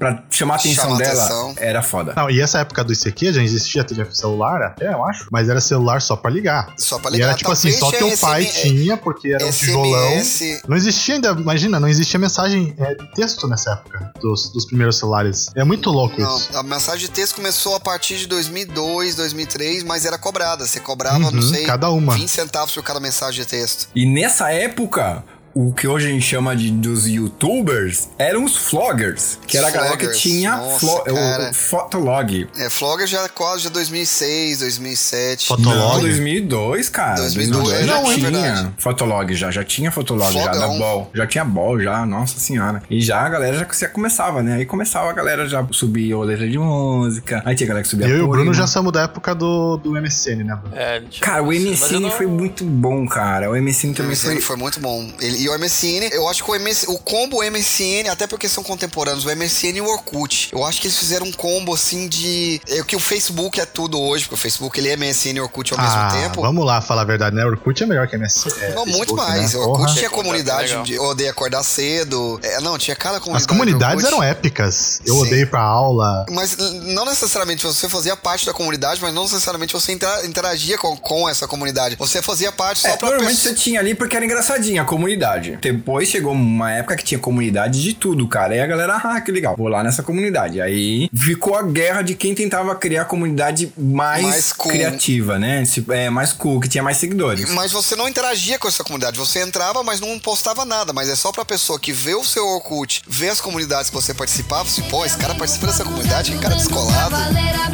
Pra chamar a atenção
Chamar
dela,
atenção.
era foda.
Não, e essa época do ICQ já existia telefone celular até, eu acho, mas era celular só pra ligar.
Só pra
E
ligar.
era tipo assim, só teu
Talvez
pai
SMS
tinha, porque era um tijolão.
SMS,
Não existia ainda, imagina, não existia mensagem é, de texto nessa época dos, dos primeiros celulares. É muito louco isso.
não, a mensagem de texto começou a partir de 2002, 2003, mas era cobrada. Você cobrava,
Uhum,
não sei,
cada uma.
20 centavos por cada mensagem de texto.
E nessa época, o que hoje a gente chama de dos youtubers eram os floggers. Que era a galera que
Floggers,
tinha
nossa,
flo- o-
cara.
o fotolog.
É, Flogger já é quase de 2006, 2007.
Fotolog.
Não, 2002, cara.
2002,
2002, já
não, é
tinha
verdade.
Fotolog já, já tinha Fotolog já da
Fogão.
Ball. Já tinha Ball já, nossa senhora. E já a galera já, já começava, né? Aí começava a galera já subir o letra de música. Aí tinha a galera que subia
Eu e o
poema.
Bruno já somos da época do, do MSN, né, Bruno?
É, gente,
Cara, o
mas eu
MCN
não-
foi muito bom, cara. O MCN
O
também
MSN
foi...
foi muito bom. Ele- e o MSN, eu acho que o, MS, o combo MSN, até porque são contemporâneos, o MSN e o Orkut, eu acho que eles fizeram um combo assim de. É o que o Facebook é tudo hoje, porque o Facebook ele é MSN e Orkut ao
ah,
mesmo tempo.
vamos lá, falar a verdade, né? Orkut é melhor que MSN. é,
Não, muito
Facebook,
mais.
né?
O Orkut
Porra.
tinha comunidade
Legal.
de eu odeio acordar cedo. É, não, tinha cada comunidade.
As comunidades
do Orkut.
eram épicas. Eu
Sim.
odeio ir pra aula.
Mas n- não necessariamente você fazia parte da comunidade, mas não necessariamente você intra- interagia com, com essa comunidade. Você fazia parte só
É,
pra
normalmente
pessoa-
você tinha ali porque era engraçadinha a comunidade. Depois chegou uma época que tinha comunidade de tudo, cara. Aí a galera, ah, que legal, vou lá nessa comunidade. Aí ficou a guerra de quem tentava criar a comunidade mais,
Mais cool.
criativa, né? Tipo, É, mais cool, que tinha mais seguidores.
Mas você não interagia com essa comunidade. Você entrava, mas não postava nada. Mas é só pra pessoa que vê o seu Orkut, vê as comunidades que você participava, se pô, esse cara participa dessa comunidade, que cara descolado.
Cavaleiro a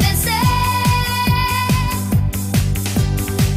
vencer.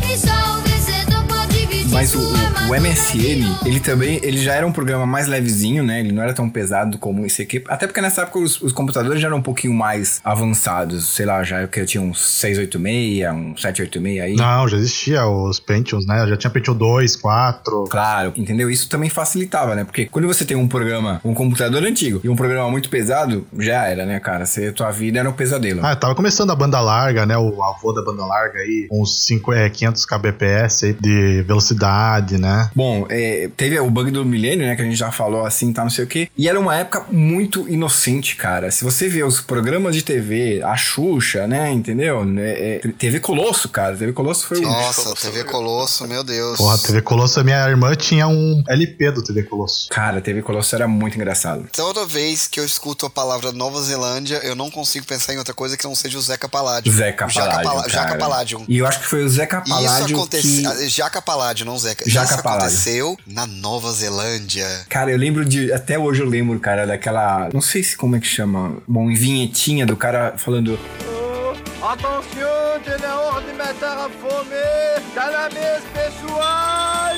E só o vencedor pode dividir
Mas o,
sua
o, o
armadura de
MSN,
ouro.
ele também, ele já era um programa mais levezinho, né? Ele não era tão pesado como esse aqui. Até porque nessa época os, os computadores já eram um pouquinho mais avançados. Sei lá, já que eu tinha uns 686, um 786 aí.
Não, já existia os Pentiums, né? Já tinha Pentium 2, 4.
Claro, entendeu? Isso também facilitava, né? Porque quando você tem um programa, um computador antigo e um programa muito pesado, já era, né, cara? Você, tua vida era um pesadelo.
Ah, tava começando a banda larga, né? O avô da banda larga aí, uns 5, é, 500 kbps aí de velocidade, né?
Bom, é, teve o bug do milênio, né? Que a gente já falou assim, tá, não sei o quê. E era uma época muito inocente, cara. Se você vê os programas de TV, a Xuxa, né? Entendeu? É, é, TV Colosso, cara. TV Colosso foi um o.
Nossa, TV Colosso, meu Deus.
Porra, TV Colosso, a minha irmã tinha um LP do TV Colosso.
Cara, TV Colosso era muito engraçado.
Toda vez que eu escuto a palavra Nova Zelândia, eu não consigo pensar em outra coisa que não seja o Zeca Paládio.
Zeca
Jaca
Paládio.
Pala- Jaca
cara.
Paládio.
E eu acho que foi o Zeca Paládio.
Isso
que-
aconteceu. Jaca Paládio, não Zeca.
Jaca
Isso
Paládio.
aconteceu na Nova Zelândia.
Cara, eu lembro de. Até hoje eu lembro, cara, daquela. Não sei se como é que chama. Bom, em vinhetinha do cara falando.
Atenção, ele é hora de meter a fome! Tá na mesa, pessoal!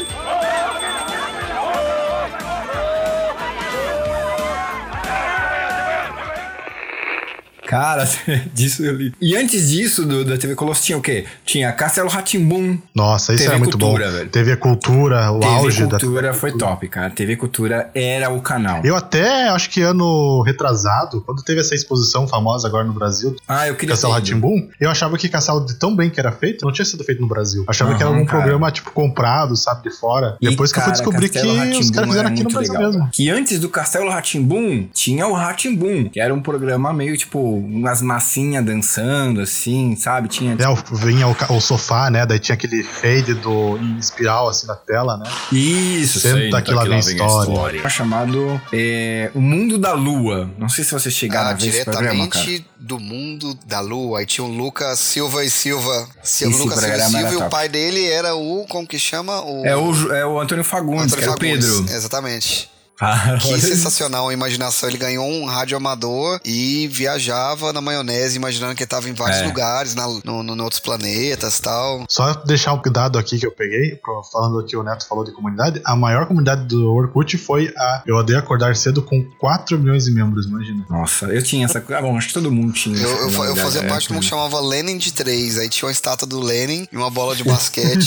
Cara, <laughs> disso eu li. E antes disso, do- da TV Colosso, tinha o quê? Tinha Castelo Ratimbum.
Nossa, isso
TV
é muito
Cultura,
bom.
velho.
TV Cultura, o auge
TV
da
Cultura foi top, cara. TV Cultura era o canal.
Eu até acho que ano retrasado, quando teve essa exposição famosa agora no Brasil,
Ah, eu queria.
Castelo
ter ido.
Ratimbum, eu achava que Castelo de tão bem que era feito, não tinha sido feito no Brasil. Achava que era
Aham,
algum
cara.
programa, tipo, comprado, sabe, de fora.
E,
Depois que
cara,
eu fui descobrir
Castelo
que os
Rá-Tim-Bum
caras fizeram
era
aqui no
muito
Brasil
legal.
mesmo.
Que antes do Castelo Ratimbum tinha o Ratimbum, que era um programa meio tipo umas massinhas dançando, assim, sabe? Tinha
É, o- vinha o, ca- o sofá, né? Daí tinha aquele fade do, em espiral, assim, na tela, né?
Isso,
Senta que lá vem história.
É chamado é, O Mundo da Lua. Não sei se vocês chegaram
Ah,
a ver esse programa, cara.
diretamente do mundo da lua. Aí tinha o Lucas Silva e Silva. Seu
Esse
Lucas
programa
Silva e
era
Silva, e o
top.
pai dele era o. Como que chama? O.
É o, Ju- é o Antônio Fagundes,
Antônio
que era o
Fagundes.
Pedro.
Exatamente.
Ah, <laughs>
Que
olha isso.
sensacional a imaginação. Ele ganhou um rádio amador e viajava na maionese, imaginando que ele tava em vários
É.
lugares, na, no, no- em outros planetas e tal.
Só deixar um dado aqui que eu peguei, pro- falando que o Neto falou de comunidade, a maior comunidade do Orkut foi a Eu Odeio Acordar Cedo com 4 milhões de membros, imagina.
Nossa, eu tinha essa. Ah, bom, acho que todo mundo tinha.
Eu,
essa
eu, fa- eu
comunidade,
fazia
né?
parte de um que
<laughs>
chamava Lenin de 3. Aí tinha uma estátua do Lenin e uma bola de basquete.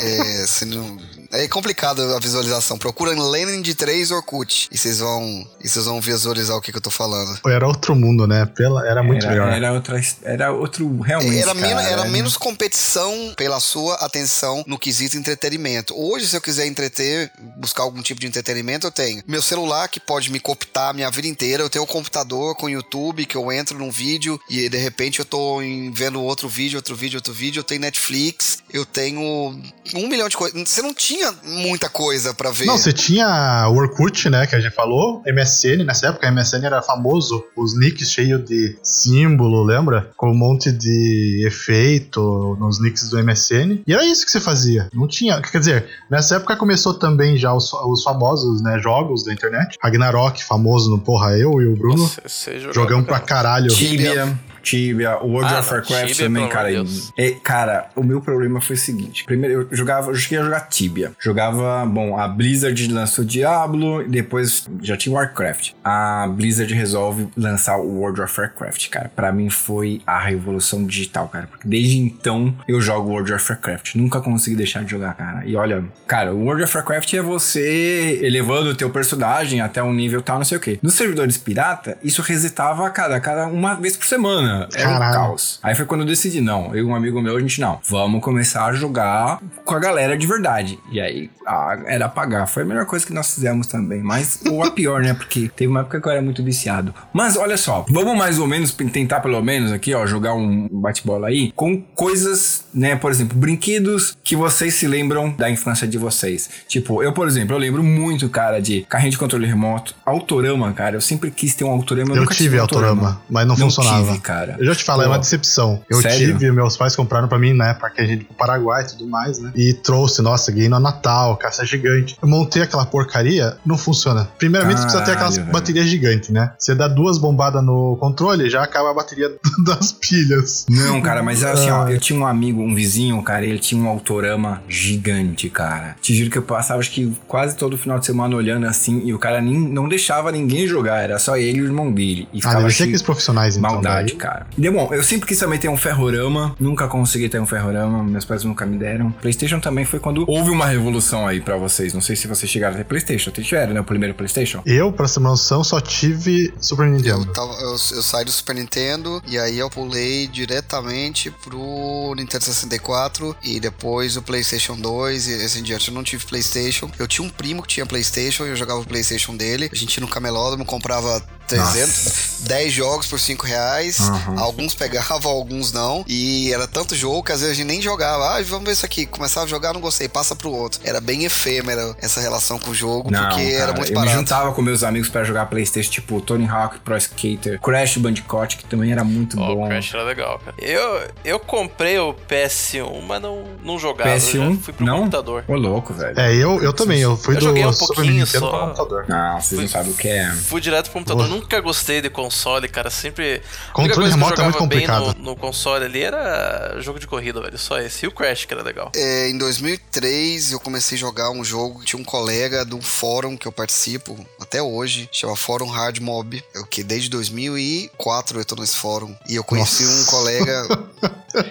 é, sendo- É complicado a visualização. Procura Lenin de 3 Orkut e vocês vão e vocês vão visualizar o que, que eu tô falando.
Pô, era outro mundo, né? Pela, era muito
era, é.
melhor.
Era, outra, era outro, realmente,
Era,
cara,
menos, era menos competição pela sua atenção no quesito entretenimento. Hoje, se eu quiser entreter, buscar algum tipo de entretenimento, eu tenho meu celular que pode me cooptar a minha vida inteira. Eu tenho um computador com YouTube que eu entro num vídeo e de repente eu tô em- vendo outro vídeo, outro vídeo, outro vídeo. Eu tenho Netflix, eu tenho um milhão de coisas. Você não tinha muita coisa pra ver.
Não, você tinha o Orkut, né, que a gente falou, MSN, nessa época a MSN era famoso, os nicks cheios de símbolo, lembra? Com um monte de efeito nos nicks do MSN. E era isso que você fazia. Não tinha, quer dizer, nessa época começou também já os, os famosos, né, jogos da internet. Ragnarok, famoso no porra eu e o Bruno.
Nossa, você jogava,
Jogamos pra caralho.
Tibia. Tibia, World
Ah,
of
não,
Warcraft
Tibia,
também,
pelo
cara. é
amor de Deus.
e- cara, o meu problema foi o seguinte. Primeiro, eu jogava, eu cheguei a jogar Tibia. Jogava, bom, a Blizzard lançou Diablo, e depois já tinha Warcraft. A Blizzard resolve lançar o World of Warcraft, cara. Pra mim foi a revolução digital, cara. Porque desde então eu jogo World of Warcraft. Nunca consegui deixar de jogar, cara. E olha, cara, o World of Warcraft é você elevando o teu personagem até um nível tal, não sei o quê. Nos servidores pirata, isso resetava a cada, cada uma vez por semana. Era um
Caralho.
caos. Aí foi quando eu decidi, não, eu e um amigo meu, a gente não, vamos começar a jogar com a galera de verdade. E aí a- era apagar. Foi a melhor coisa que nós fizemos também. Mas, ou a pior, né? Porque teve uma época que eu era muito viciado. Mas olha só, vamos mais ou menos p- tentar, pelo menos, aqui, ó, jogar um bate-bola aí com coisas, né? Por exemplo, brinquedos que vocês se lembram da infância de vocês. Tipo, eu, por exemplo, eu lembro muito, cara, de carrinho de controle remoto, autorama, cara. Eu sempre quis ter um autorama.
Eu
nunca
tive autorama, mas não, funcionava.
tive, cara.
Eu já te falei, é
Pô.
uma decepção. Eu
Sério?
tive, meus pais compraram pra mim na época que a gente pro Paraguai e tudo mais, né? E trouxe, nossa, ganhei no Natal, caça gigante. Eu montei aquela porcaria, não funciona. Primeiramente, você precisa ter
Caralho,
aquelas
velho.
baterias gigantes, né? Você dá duas bombadas no controle, já acaba a bateria <laughs> das pilhas.
Não, cara, mas assim,
Ah.
ó, eu tinha um amigo, um vizinho, cara, ele tinha um autorama gigante, cara. Te juro que eu passava, acho que quase todo final de semana olhando assim, e o cara nem, não deixava ninguém jogar, era só ele e o irmão dele. E
Ah,
ficava
deve ser
cheio-
aqueles profissionais, então.
Maldade,
daí.
cara. E, bom, eu sempre quis também ter um ferrorama, nunca consegui ter um ferrorama, meus pais nunca me deram. PlayStation também foi quando houve uma revolução aí pra vocês. Não sei se vocês chegaram a ter PlayStation, vocês tiveram, né? O primeiro PlayStation.
Eu, pra ser uma noção, só tive Super
Eu,
Nintendo.
tava- eu- eu saí do Super Nintendo e aí eu pulei diretamente pro Nintendo 64 e depois o PlayStation 2 e assim em diante. Eu não tive PlayStation. Eu tinha um primo que tinha PlayStation e eu jogava o PlayStation dele. A gente ia no Camelódromo comprava 300, 10 jogos por 5 reais.
Aham.
Alguns pegavam, <laughs> alguns não. E era tanto jogo que às vezes a gente nem jogava. Ah, vamos ver isso aqui. Começava a jogar, não gostei, passa pro outro. Era bem efêmera essa relação com o jogo, porque era
cara,
muito
eu me
barato.
juntava com meus amigos pra jogar Playstation, tipo Tony Hawk, Pro Skater, Crash Bandicoot, que também era muito
Ó,
bom.
o Crash era legal, cara. Eu, eu comprei o PS1, mas não, não jogava. eu já
PS1?
fui pro
não?
computador.
Ô, louco, velho.
É, eu, eu também, eu fui
Eu
do
joguei um
Super
pouquinho
Nintendo
só.
pro computador.
Não, vocês não sabem o que é.
Fui direto pro computador,
Boa.
nunca gostei de console, cara. Sempre. a única
Controle
coisa que eu
remoto é muito
jogava bem
complicado.
No, no console ali era jogo de corrida, velho. Só esse. E o Crash, que era legal.
É, em 2003 eu comecei a jogar um jogo. Tinha um colega de um fórum que eu participo até hoje, chama Fórum Hard Mob. É o que desde 2004 eu tô nesse fórum. E eu conheci
Nossa.
um
<laughs>
colega.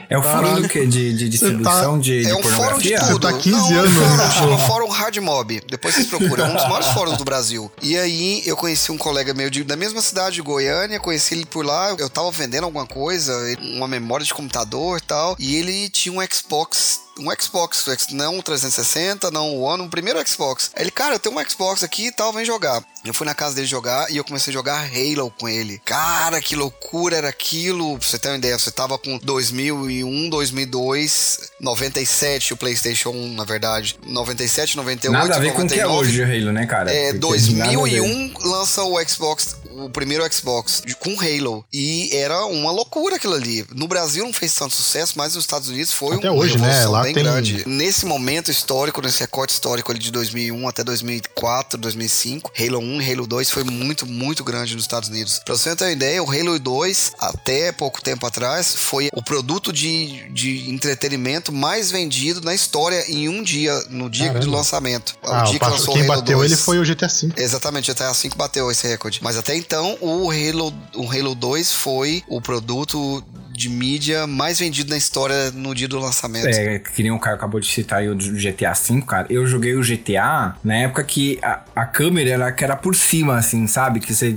É o fórum
Caralho.
do quê? De, de distribuição de, de
tá- é um fórum de
pornografia?
tudo.
Você tá 15
Não, é um
anos,
fórum,
né?
Chama Fórum Hard Mob. Depois vocês procuram. É um dos
<laughs>
maiores fóruns do Brasil. E aí eu conheci um colega meu de- da mesma cidade, de Goiânia. Conheci ele por lá. Eu tava vendendo alguma coisa, uma memória de computador e tal. E ele tinha um Xbox um Xbox, o X- não um o 360, não o One, o primeiro Xbox. Aí Ele, cara, eu tenho um Xbox aqui e tal, vem jogar. Eu fui na casa dele jogar e eu comecei a jogar Halo com ele. Cara, que loucura era aquilo. Pra você ter uma ideia, você tava com 2001, 2002, 97 o PlayStation 1, na verdade. 97, 98,
Nada a ver
99.
com o que é hoje, Halo, né, cara?
É,
Porque nada a ver.
2001 lança o Xbox, o primeiro Xbox de- com Halo. E era uma loucura aquilo ali. No Brasil não fez tanto sucesso, mas nos Estados Unidos foi
Até
uma
hoje, né?
revolução
Lá
bem
tem-
grande. Nesse momento histórico, nesse recorte histórico ali de 2001 até 2004, 2005, Halo 1 e Halo 2 foi muito, muito grande nos Estados Unidos. Pra você ter uma ideia, o Halo 2, até pouco tempo atrás, foi o produto de, de entretenimento mais vendido na história em um dia, no dia
Caramba.
do lançamento. O
Ah,
dia
o pa-
lançou o
quem
Halo
bateu
2.
ele foi o GTA V.
Exatamente, GTA V bateu esse recorde. Mas até então, o Halo, o Halo 2 foi o produto de mídia mais vendido na história no dia do lançamento.
É, que nem o Caio acabou de citar aí o do GTA V, cara. Eu joguei o GTA na época que a, a câmera era, que era por cima, assim, sabe? Que você.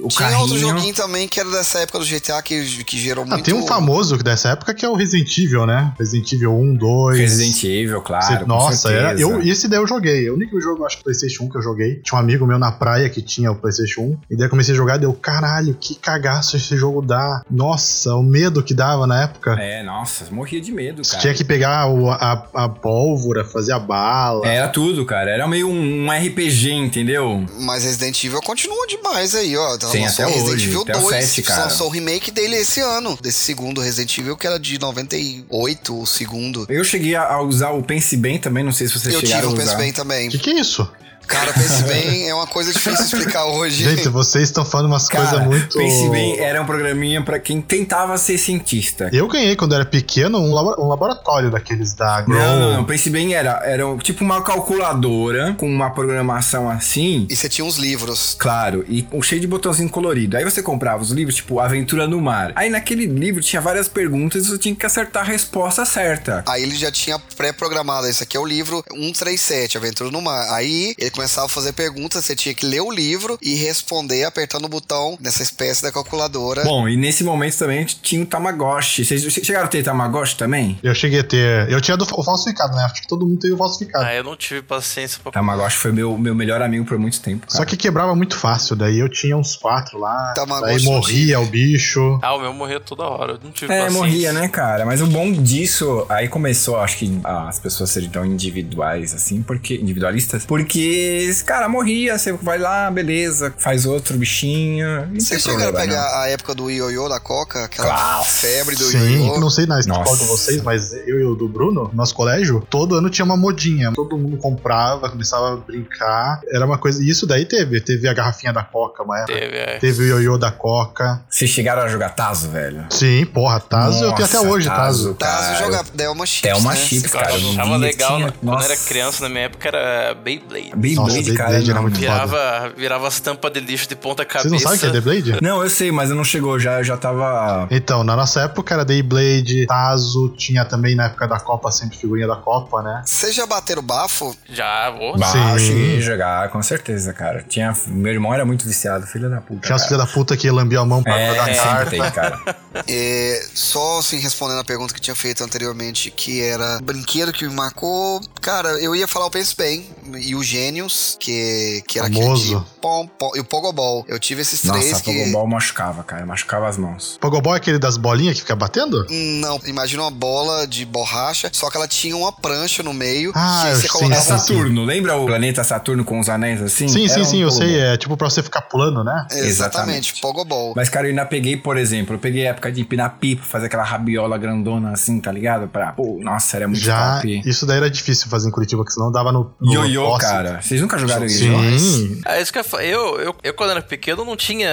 O
Tinha
carrinho.
outro joguinho também que era dessa época do GTA que, que gerou
Ah,
muito.
tem um famoso dessa época que é o Resident Evil, né? Resident Evil 1, 2.
Resident Evil, claro.
Você-
com
Nossa, era,
certeza.
eu, esse daí eu joguei. O único jogo, acho que PlayStation 1 que eu joguei. Tinha um amigo meu na praia que tinha o PlayStation 1. E daí eu comecei a jogar e deu, caralho, que cagaço esse jogo dá. Nossa, o medo que dava na época.
É, nossa, morria de medo,
Você
cara.
tinha que pegar o- a, a pólvora, fazer a bala.
Era tudo, cara. Era meio um RPG, entendeu?
Mas Resident Evil continua demais aí, ó. Então,
Sim,
lançou
até
Resident
hoje,
Evil
até o
2.
sete, cara.
Lançou o remake dele esse ano. Desse segundo Resident Evil, que era de 98, o segundo.
Eu cheguei a a usar o Pense Bem também, não sei se vocês
Eu tive
chegaram
o
a
Pense
usar.
Bem também.
Que que é isso?
<laughs>
Cara, Pense Bem é uma coisa difícil de explicar hoje.
Gente, vocês estão falando umas coisas
Cara,
muito.
Pense Bem era um programinha pra quem tentava ser cientista.
Eu ganhei quando era pequeno um, labo- um laboratório daqueles da Grow.
Não, não, não. Pense Bem era, era um- tipo uma calculadora com uma programação assim.
E você tinha uns livros.
Claro, e um cheio de botãozinho colorido. Aí você comprava os livros, tipo Aventura no Mar. Aí naquele livro tinha várias perguntas e você tinha que acertar a resposta certa.
Aí ele já tinha pré-programado. Esse aqui é o livro 137, Aventura no Mar. Aí ele começava a fazer perguntas, você tinha que ler o livro e responder apertando o botão nessa espécie da calculadora.
Bom, e nesse momento também tinha o Tamagotchi. Vocês vocês chegaram a ter Tamagotchi também?
Eu cheguei a ter. Eu tinha do, fa- o falsificado, né? Acho que todo mundo teve o falsificado.
Ah, eu não tive paciência
Tá.
pra.
Tamagotchi foi meu, meu melhor amigo por muito tempo. Cara.
Só que quebrava muito fácil, daí eu tinha uns quatro lá,
Tamagotchi
daí
não
morria o bicho.
Ah, o meu morria toda hora. Eu não tive
É,
paciência.
morria, né, cara? Mas o bom disso, aí começou, acho que ah, as pessoas serem tão individuais, assim, porque. individualistas, porque esse cara morria, você vai lá, beleza, faz outro bichinho. Não tem
Vocês chegaram
é problema,
a pegar
não.
a época do ioiô da Coca? Aquela
Claro.
febre do
Sim,
ioiô?
não sei na qual
Nossa.
de vocês, mas eu e o do Bruno, nosso colégio, todo ano tinha uma modinha. Todo mundo comprava, começava a brincar. Era uma coisa. E isso daí teve. Teve a garrafinha da Coca, uma época.
Teve, é.
Teve o ioiô da Coca.
Vocês chegaram a jogar Tazo, velho?
Sim, porra, Tazo eu tenho até
Nossa,
hoje, Tazo.
Tazo
cara.
joga Delma Chips.
Delma
né?
Chips,
Você
cara.
eu
fala,
eu
achava
via,
legal.
tinha-
né? Quando eu era
Nossa.
criança, na minha época, era Beyblade.
Beyblade,
Nossa, Beyblade
cara.
era
não.
muito foda.
Virava, virava as tampas de lixo de ponta cabeça.
Vocês não sabem o que é The Blade?
Não, eu sei, mas eu não chegou já, eu já tava.
Então, na nossa época era Dayblade, Tazo, tinha também na época da Copa, sempre figurinha da Copa, né?
Vocês já bateram bafo?
Já, vou.
Bah,
Sim.
eu cheguei a jogar, com certeza, cara. Tinha, meu irmão era muito viciado, filho da puta.
Tinha os
cara.
filha da puta que lambia a mão pra jogar
É,
carta.
sempre tem, cara.
<laughs>
É, só assim, respondendo a pergunta que tinha feito anteriormente, que era brinquedo que me marcou. Cara, eu ia falar o Pense Bem e o Gênios, que, que era
Famoso.
aquele de pom, pom, e o Pogobol. Eu tive esses três
Nossa,
que...
Pogobol machucava, cara. Machucava as mãos.
Pogobol é aquele das bolinhas que fica batendo?
Não, imagina uma bola de borracha, só que ela tinha uma prancha no meio.
Ah,
que
eu
você
sei,
É
colocava um
sim, sim.
Saturno, lembra o planeta Saturno com os anéis assim?
Sim, sim,
Era um
sim, eu
Pogobol.
sei. É tipo pra você ficar pulando, né?
Exatamente,
Exatamente.
Pogobol.
Mas, cara, eu ainda peguei, por exemplo, eu peguei a época de empinar pipa, fazer aquela rabiola grandona assim, tá ligado? Pra. Pô, nossa, era muito
Já,
top.
isso daí era difícil fazer em Curitiba, porque senão dava no. no
Ioiô,
poste.
cara. Vocês nunca jogaram ioiô?
Sim.
É isso que eu, fa- eu, eu, eu, quando era pequeno, não tinha,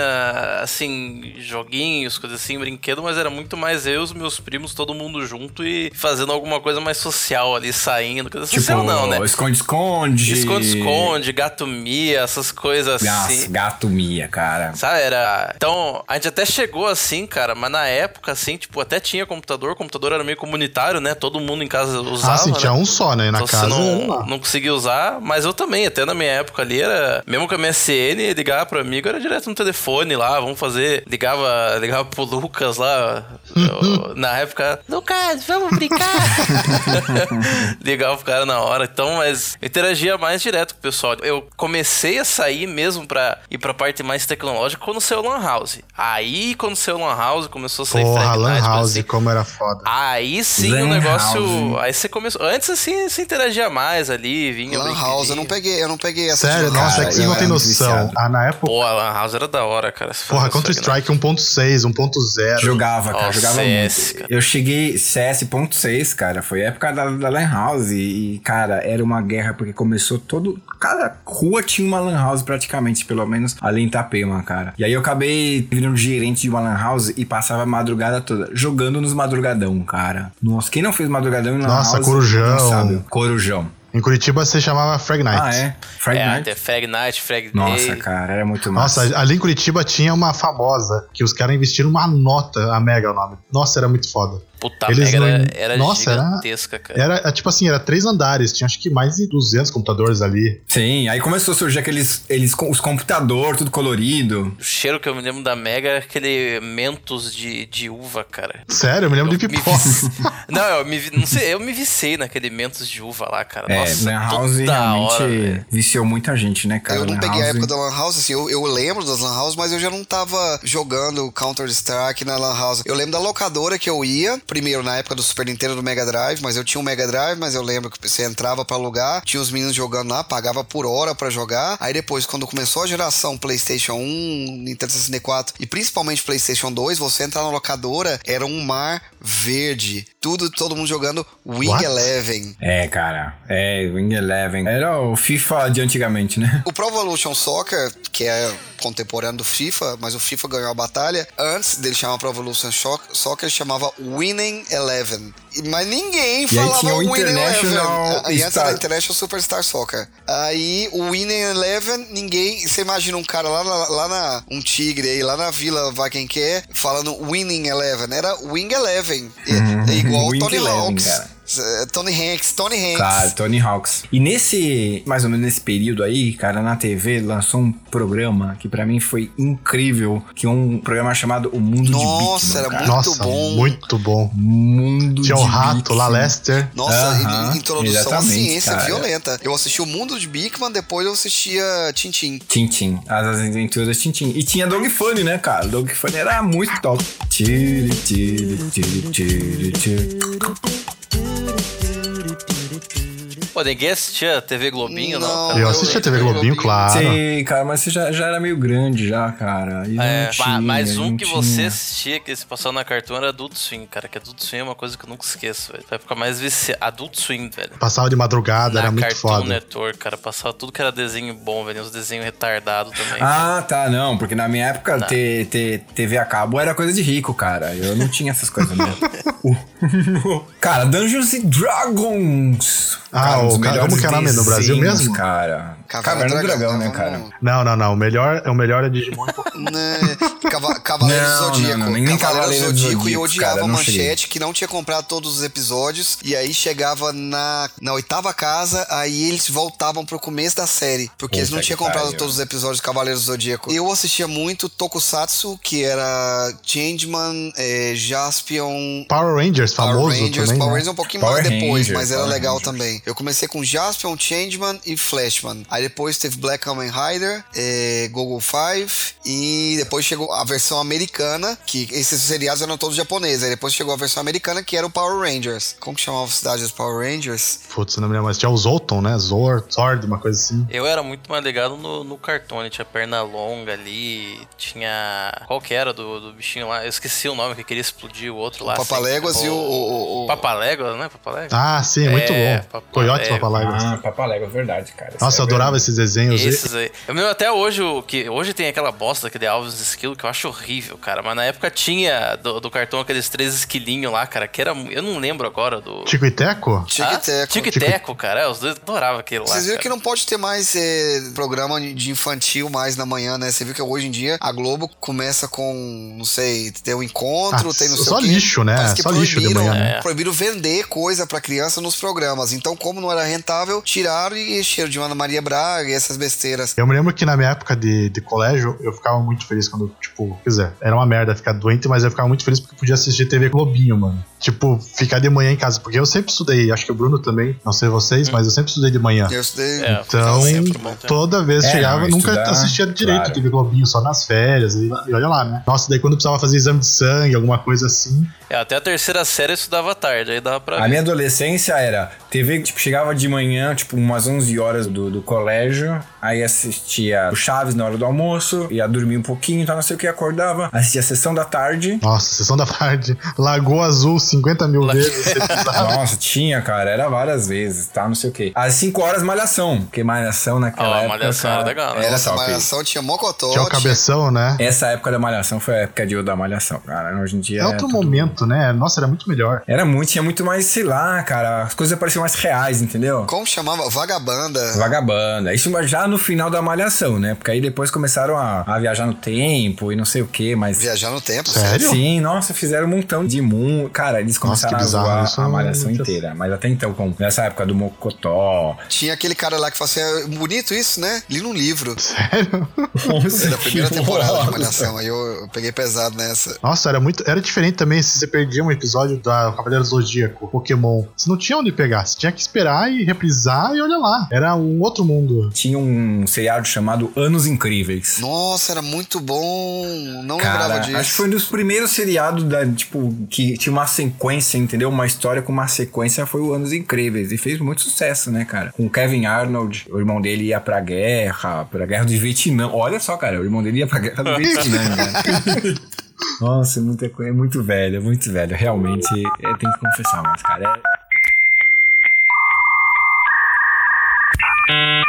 assim, joguinhos, coisas assim, brinquedo, mas era muito mais eu, os meus primos, todo mundo junto e fazendo alguma coisa mais social ali, saindo. Coisa
Tipo
social não, né?
esconde-esconde.
Esconde-esconde, gato mia, essas coisas
Nossa,
assim.
gato mia, cara.
Sabe, era. Então, a gente até chegou assim, cara, mas na época, assim, tipo, até tinha computador, o computador era meio comunitário, né? Todo mundo em casa usava.
Ah, sim, tinha
né?
um só, né? Na
Então,
casa.
você
era
não,
lá.
não conseguia usar, mas eu também, até na minha época ali, era. Mesmo com a MSN, ligar pro amigo era direto no telefone lá, vamos fazer. Ligava, ligava pro
<laughs>
Lucas lá. eu- na época, Lucas, vamos brincar! ligava pro cara na hora. Então, mas eu interagia mais direto com o pessoal. Eu comecei a sair mesmo pra ir pra parte mais tecnológica quando saiu o Lan House. Aí, quando saiu o Lan House, começou a sair
Porra,
Frag
Lan
Night, coisa
House,
é assim.
como era foda.
Aí sim o
Lan
negócio.
house.
Aí você começou. Antes assim, você interagia mais ali, vinha.
Lan
brinquedo.
House, eu não peguei, eu não peguei essa
Sério,
de Lan
nossa,
cara,
é que vocês não
eu
têm
era
noção.
viciado.
Ah, na época.
Pô, a Lan House era da hora, cara. se
Porra,
fala isso aqui, né?
Counter-Strike 1.6, 1.0.
Jogava, cara,
Ó,
jogava
CS,
muito.
cara.
Eu cheguei CS.6, cara, foi a época da, da Lan House e, cara, era uma guerra porque começou todo... Cada rua tinha uma Lan House praticamente, pelo menos ali em Itapema, cara. E aí eu acabei virando gerente de uma Lan House e passava a madrugada toda jogando nos madrugadão, cara. Nossa, quem não fez madrugadão em Lan
Nossa,
House...
Corujão.
não sabe. Corujão.
Em Curitiba se chamava Frag Night.
Ah, é? Friday
É,
Night?
até Frag Night, Frag
Nossa,
Day.
cara, era muito
Nossa,
massa.
ali em Curitiba tinha uma famosa, que os caras investiram uma nota, a Mega é o nome. Nossa, era muito foda.
Puta
Eles
merda,
não-
era, era
Nossa, era-
gigantesca, cara.
Era, é, tipo assim, era três andares, tinha acho que mais de 200 computadores ali.
Sim, aí começou a surgir aqueles eles, com- os computador, tudo colorido.
O cheiro que eu me lembro da Mega era aquele mentos de, de uva, cara.
Sério, eu me lembro
Eu
de
me
pipoca.
vici- Não, eu me, vi- <laughs> não sei, eu me vicei naquele mentos de uva lá, cara.
É,
Nossa,
Lan House
toda
realmente
hora, velho.
viciou muita gente, né, cara?
eu não
Lan
peguei a
House-
época da Lan House, assim, eu, eu lembro das Lan House, mas eu já não tava jogando Counter-Strike na Lan House. Eu lembro da locadora que eu ia, primeiro na época do Super Nintendo do Mega Drive, mas eu tinha um Mega Drive, mas eu lembro que você entrava pra alugar, tinha os meninos jogando lá, pagava por hora pra jogar. Aí depois, quando começou a geração PlayStation 1, Nintendo 64 e principalmente PlayStation 2, você entrar na locadora era um mar verde. Tudo, todo mundo jogando Wing
What?
Eleven.
É, cara. É, Wing Eleven. Era o FIFA de antigamente, né?
O Pro Evolution Soccer, que é contemporâneo do FIFA, mas o FIFA ganhou a batalha, antes dele chamar Pro Evolution Shoc- Soccer, ele chamava Winning Eleven. E- Mas ninguém
aí
falava
tinha o
Winning
International
Eleven. Aí antes
Star-
era International Superstar Soccer. Aí o Winning Eleven, ninguém... Você imagina um cara lá na, lá na- Um tigre aí, lá na vila, vai quem quer, falando Winning Eleven. Era Wing Eleven. E- é igual o
Uhum. Wing
Tony
Eleven,
Hawks.
cara.
eh, Tony Hanks, Tony Hanks.
Claro, Tony Hawks. E nesse, mais ou menos nesse período aí, cara, na TV lançou um programa que pra mim foi incrível, que é um programa chamado O Mundo
Nossa,
de Big.
era
cara.
muito
Nossa,
bom.
muito bom.
Mundo
Tinha o
de
rato
Bickman.
lá, Lester.
Nossa,
Aham,
in- introdução à
exatamente,
ciência
cara.
violenta. Eu assisti o Mundo de Bigman, depois eu assistia Tintim.
Tintin, as aventuras Tintin. E tinha Dog Funny, né, cara? Dog Funny era muito top. Tiri, tiri, tiri, tiri, tiri.
Pô, ninguém assistia TV Globinho, não,
Não,
cara.
Eu
eu
assisti a
lembro
TV
do
Globinho,
Globinho.
claro.
Sei, cara, mas você já, já era meio grande já, cara. E não
É,
tinha,
ma- mas um
não
que
tinha.
você assistia, que se passava na Cartoon, era Adult Swim, cara. Que Adult Swim é uma coisa que eu nunca esqueço, velho. Foi a época mais viciada. Adult Swim, velho.
Passava de madrugada,
na
era muito
Cartoon
foda.
Network, cara. Passava tudo que era desenho bom, velho. Uns desenhos retardados também.
Ah, tá, não, porque na minha
Tá.
época ter, ter TV a cabo era coisa de rico, cara. Eu não tinha essas coisas
<laughs>
mesmo. cara, Dungeons and Dragons.
Ah,
um dos
o cara-
melhores
como que é o nome? No Brasil
desenhos,
mesmo?
Cara. Caverna, do Dragão, né, cara?
vamos-
Não, não, não. O melhor, o melhor é Digimon. e Pokémon.
<laughs> Né? Cava- Cavaleiro do
Não, não,
Zodíaco.
não, nem
Cavaleiro
Cavaleiro
do
do
Zodíaco e eu
Zodíaco,
odiava
cara, eu não
manchete,
cheguei.
que não tinha comprado todos os episódios. E aí chegava na, na oitava casa, aí eles voltavam pro começo da série. Porque eles não
Puta
tinham
que
comprado
pariu.
todos os episódios de Cavaleiro do Zodíaco. Eu assistia muito Tokusatsu, que era Changeman, eh, Jaspion,
Power Rangers, famoso
Power Rangers,
também.
Power
né?
Rangers é um pouquinho
Power
mais depois,
Rangers,
mas era
Power
legal
Rangers.
também. Eu comecei com Jaspion, Changeman e Flashman. Aí depois teve Black Kamen Rider, é, Google 5 e depois chegou a versão americana, que esses seriados eram todos japoneses. Aí depois chegou a versão americana, que era o Power Rangers. Como que chamava a cidade dos Power Rangers?
Putz, eu não me lembro mais. Tinha o Zolton, né? Zor, Zord, uma coisa assim.
Eu era muito mais ligado no, no cartone, tinha perna longa ali, tinha. Qual que era do, do bichinho lá? Eu esqueci o nome que queria explodir o outro lá.
Papaléguas
sempre.
e o- o- o-
Papaléguas, né? Papaléguas?
Ah, sim, muito
É,
bom. né?
Papai
Foi ótima
Lego.
palavra.
Ah, Papalégua, verdade, cara. Isso
Nossa, eu
é
adorava esses desenhos.
Esses aí. Eu me lembro até hoje o que hoje tem aquela bosta que de Alves Esquilo que eu acho horrível, cara. Mas na época tinha do, do cartão aqueles três esquilinhos lá, cara, que era. mu- Eu não lembro agora do.
Tico e Teco?
Tic
Ah,
Hã?
e Teco.
Tico e Teco, cara. É, os dois adoravam aquele lá.
Vocês viram
cara.
que não pode ter mais eh, programa de infantil mais na manhã, né? Você viu que hoje em dia a Globo começa com, não sei, tem um encontro,
Ah,
tem não sei
só
o quê.
lixo, né?
Parece que
Só lixo de
proibiram-
manhã,
né? É.
Proibiram vender coisa pra criança nos programas. Então, como não era rentável, tiraram e encheram de Ana Maria Braga e essas besteiras.
Eu me lembro que na minha época de, de colégio, eu ficava muito feliz quando, tipo, quer dizer, era uma merda ficar doente, mas eu ficava muito feliz porque podia assistir TV Globinho, mano. Tipo, ficar de manhã em casa, porque eu sempre estudei, acho que o Bruno também, não sei vocês, mas eu sempre estudei de manhã.
Eu estudei.
É,
Então,
sempre bom ter.
toda vez
É,
chegava,
não,
nunca
estudar,
assistia direito
claro.
TV Globinho, só nas férias, e, e olha lá, né? Nossa, daí quando precisava fazer exame de sangue, alguma coisa assim,
É, até a terceira série eu estudava tarde, aí dava pra.
A
ver.
minha adolescência era TV, tipo, chegava de manhã, tipo, umas 11 horas do, do colégio. Aí assistia o Chaves na hora do almoço, ia dormir um pouquinho, então não sei o que, acordava, assistia a sessão da tarde.
Nossa, sessão da tarde. Lagoa Azul 50 mil vezes. esse episódio.
Nossa, tinha, cara, era várias vezes, tá? Não sei o que. Às 5 horas, malhação. Porque malhação naquela
Ah,
época.
Malhação
cara,
era legal, né?
Era
Essa
top.
malhação tinha mocotó.
Tinha o cabeção, né?
Essa época da malhação foi a época de ouro da malhação, cara. Hoje em dia.
É outro
tudo-
momento, né? Nossa, era muito melhor.
Era muito, tinha muito mais, sei lá, cara. As coisas pareciam mais reais, entendeu?
Como chamava? Vagabanda.
Vagabanda. Isso mas já no final da malhação, né? Porque aí depois começaram a, a viajar no tempo e não sei o que, mas.
Viajar no tempo.
Sério?
Sim, nossa, fizeram um montão de mundo. Cara, eles começaram
que bizarro,
a
isso
zoar a
não-
malhação inteira. Mas até então, como nessa época do Mocotó.
Tinha aquele cara lá que falou assim: "Ah, bonito isso, né? Li num livro.
<laughs> Sério?
<laughs>
Da primeira temporada de Malhação. Aí eu, eu peguei pesado nessa.
Nossa, era muito. Era diferente também se você perdia um episódio da Cavaleiro Zodíaco, Pokémon. Você não tinha onde pegar, você tinha que esperar e reprisar e olha lá. Era um outro mundo.
Tinha um seriado chamado Anos Incríveis.
Nossa, era muito bom. Não
Cara,
lembrava disso.
acho que foi um dos primeiros seriados da, tipo, que tinha uma sequência, entendeu? Uma história com uma sequência foi o Anos Incríveis. E fez muito sucesso, né, cara? Com o Kevin Arnold, o irmão dele ia pra guerra, pra guerra do Vietnã. Olha só, cara, o irmão dele ia pra guerra
<laughs>
do Vietnã, né? cara. Nossa, muita coisa. É muito velho, é muito velho. Realmente, é, tem que confessar, mas, cara, é-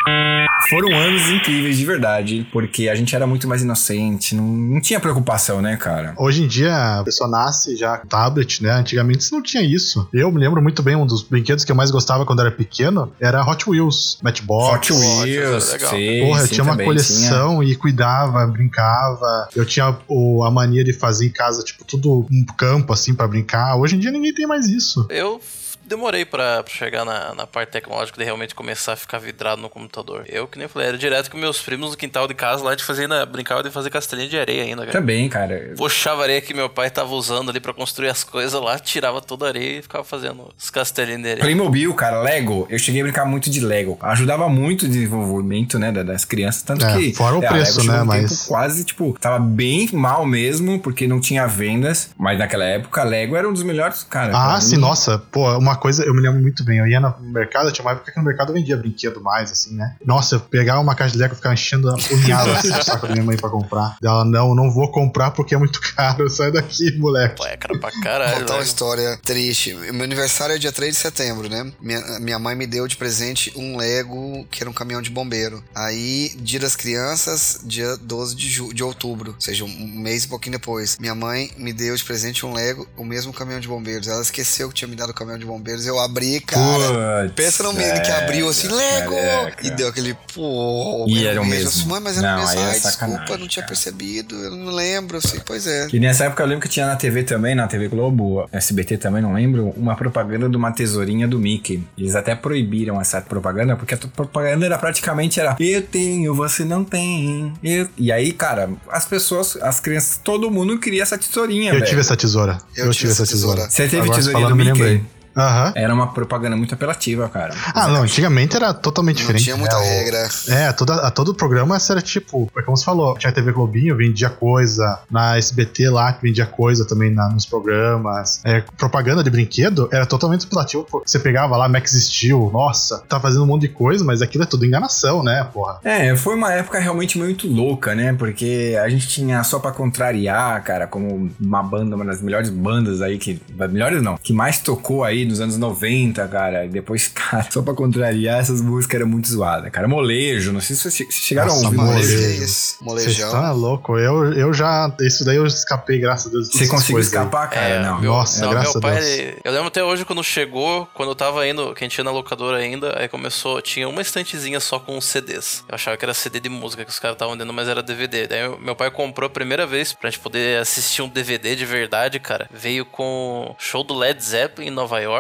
é Foram anos incríveis de verdade, porque a gente era muito mais inocente, não, não tinha preocupação, né, cara?
Hoje em dia, a pessoa nasce já com tablet, né? Antigamente você não tinha isso. Eu me lembro muito bem, um dos brinquedos que eu mais gostava quando era pequeno era Hot Wheels, Matchbox.
Hot Wheels,
Wheels, legal.
sim,
é Porra, eu
sim,
tinha uma
também
coleção e cuidava, brincava. Eu tinha o- a mania de fazer em casa, tipo, tudo um campo assim pra brincar. Hoje em dia ninguém tem mais isso.
Eu f- demorei pra, pra chegar na, na parte tecnológica de realmente começar a ficar vidrado no computador. Eu, que nem falei, era direto com meus primos no quintal de casa lá, a gente fazia ainda, brincava de fazer castelinho de areia ainda, cara.
Também, cara.
Puxava a areia que meu pai tava usando ali pra construir as coisas lá, tirava toda a areia e ficava fazendo os castelinhos de areia.
Playmobil, cara, Lego, eu cheguei a brincar muito de Lego. Ajudava muito o desenvolvimento, né, da- das crianças, tanto
É,
que...
fora o
é, a
preço,
Lego chegou
né,
um tempo
mas-
quase, tipo, tava bem mal mesmo, porque não tinha vendas, mas naquela época, Lego era um dos melhores, cara.
Ah,
pra
sim,
mim.
nossa, pô, uma coisa eu me lembro muito bem. Eu ia no mercado, tinha uma época que no mercado eu vendia brinquedo mais, assim, né? Nossa, eu pegava uma caixa de leco e ficava enchendo
<laughs>
a punhada assim, o saco da minha mãe pra comprar. Dela, não, não vou comprar porque é muito caro, <laughs> sai daqui, moleque.
Pô, é cara pra caralho.
Contar uma
velho.
história triste. Meu aniversário é dia 3 de setembro, né? Minha, minha mãe me deu de presente um Lego, que era um caminhão de bombeiro. Aí, dia das crianças, dia 12 de, ju- de outubro, ou seja, um mês e pouquinho depois. Minha mãe me deu de presente um Lego, o mesmo caminhão de bombeiros. Ela esqueceu que tinha me dado o caminhão de bombeiros. Eu abri, cara.
Putz, é,
Pensa no menino que abriu assim,
velho,
Lego!
caraca.
E deu aquele, pô.
E era o mesmo.
Eu disse, mãe, mas era o
Não,
mesmo. assim,
aí é
Ai, desculpa,
sacanagem,
não tinha
cara.
percebido, eu não lembro. Eu sei, pois é.
E nessa época eu lembro que tinha na TV também, na TV Globo, SBT também, não lembro, uma propaganda de uma tesourinha do Mickey. Eles até proibiram essa propaganda, porque a t- propaganda era praticamente era eu tenho, você não tem. eu-". E aí, cara, as pessoas, as crianças, todo mundo queria essa tesourinha,
Eu
É, velho.
tive essa tesoura. Eu, tive essa tesoura.
Você teve
Agora
tesourinha
falando,
do
me
Mickey? É,
lembrei. Aham.
Era uma propaganda muito apelativa, cara.
Ah, não, antigamente era totalmente
Não
diferente.
tinha muita
né? O-
regra.
É, toda, a todo programa essa era tipo, é como você falou, tinha a TV Globinho, vendia coisa, na SBT lá que vendia coisa também na- nos programas. É, propaganda de brinquedo era totalmente apelativo. pô. Você pegava lá Max Steel, nossa, tá fazendo um monte de coisa, mas aquilo é tudo enganação, né, porra?
É, foi uma época realmente muito louca, né? Porque a gente tinha só pra contrariar, cara, como uma banda, uma das melhores bandas aí que. Melhores não, que mais tocou aí nos anos 90, cara. E depois, <laughs> cara, só pra contrariar, essas músicas eram muito zoadas, cara. Molejo, não sei se vocês chegaram
Nossa,
a ouvir
molejo.
Mas que
molejo.
é isso?
Vocês
Molejão.
estão é louco. Eu, eu já. Isso daí eu escapei, graças a Deus. de
Você
todas essas
conseguiu
coisas aí.
escapar, cara?
É,
não.
meu,
Nossa,
não,
graças
meu pai,
a Deus.
ele- eu lembro até hoje quando chegou, quando eu tava indo, que a gente ia na locadora ainda, aí começou, tinha uma estantezinha só com os CDs. Eu achava que era CD de música que os caras estavam vendendo, mas era DVD. Daí eu- meu pai comprou a primeira vez pra gente poder assistir um DVD de verdade, cara. Veio com show do Led Zeppelin em Nova York,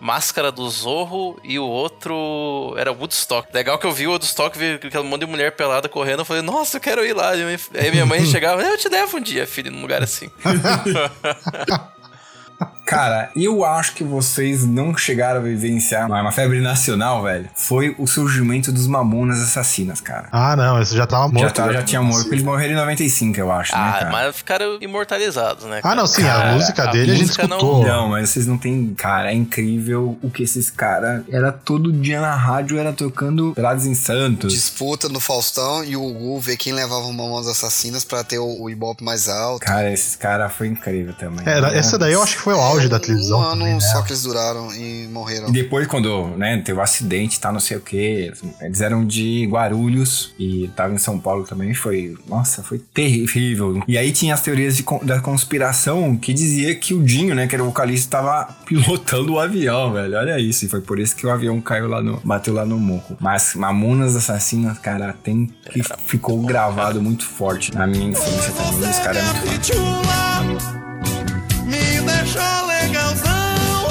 Máscara do Zorro e o outro era Woodstock. Legal que eu vi o Woodstock, vi aquele monte de mulher pelada correndo, eu falei, nossa, eu quero ir lá.
<laughs>
Aí minha mãe chegava, eu te levo um dia, filho, num lugar assim.
Cara, eu acho que vocês não chegaram a vivenciar é uma uma febre nacional, velho. Foi o surgimento dos Mamonas Assassinas, cara.
Ah, não, esse já tava
já,
morto. né?
tá- já tinha morto. porque Eles morreram em 95, eu acho, né,
Ah,
cara?
mas ficaram imortalizados, né?
Ah,
cara?
não, sim,
Cara,
a música
a
dele a, gente
música não-
escutou.
Não, mas vocês não têm. Cara, é incrível o que esses caras. Era todo dia na rádio, era tocando Pelados em Santos.
Disputa no Faustão e o Gugu vê quem levava o Mamonas Assassinas pra ter o, o Ibope mais alto.
Cara, esses caras foi incrível também.
Era,
né?
essa daí eu acho que foi o auge da televisão.
Um ano
também, né?
só que eles duraram e morreram.
E depois, quando né, teve o acidente, tá não sei o que, eles eram de Guarulhos e tava em São Paulo também, foi, nossa, foi terrível. E aí tinha as teorias de con- da conspiração que dizia que o Dinho, né, que era o vocalista, tava pilotando o avião, velho, olha isso, e foi por isso que o avião caiu lá no, bateu lá no morro. Mas Mamonas Assassinas, cara, tem que ficou gravado muito forte na minha infância também, os caras é muito
caprichula, me deixa legalzão.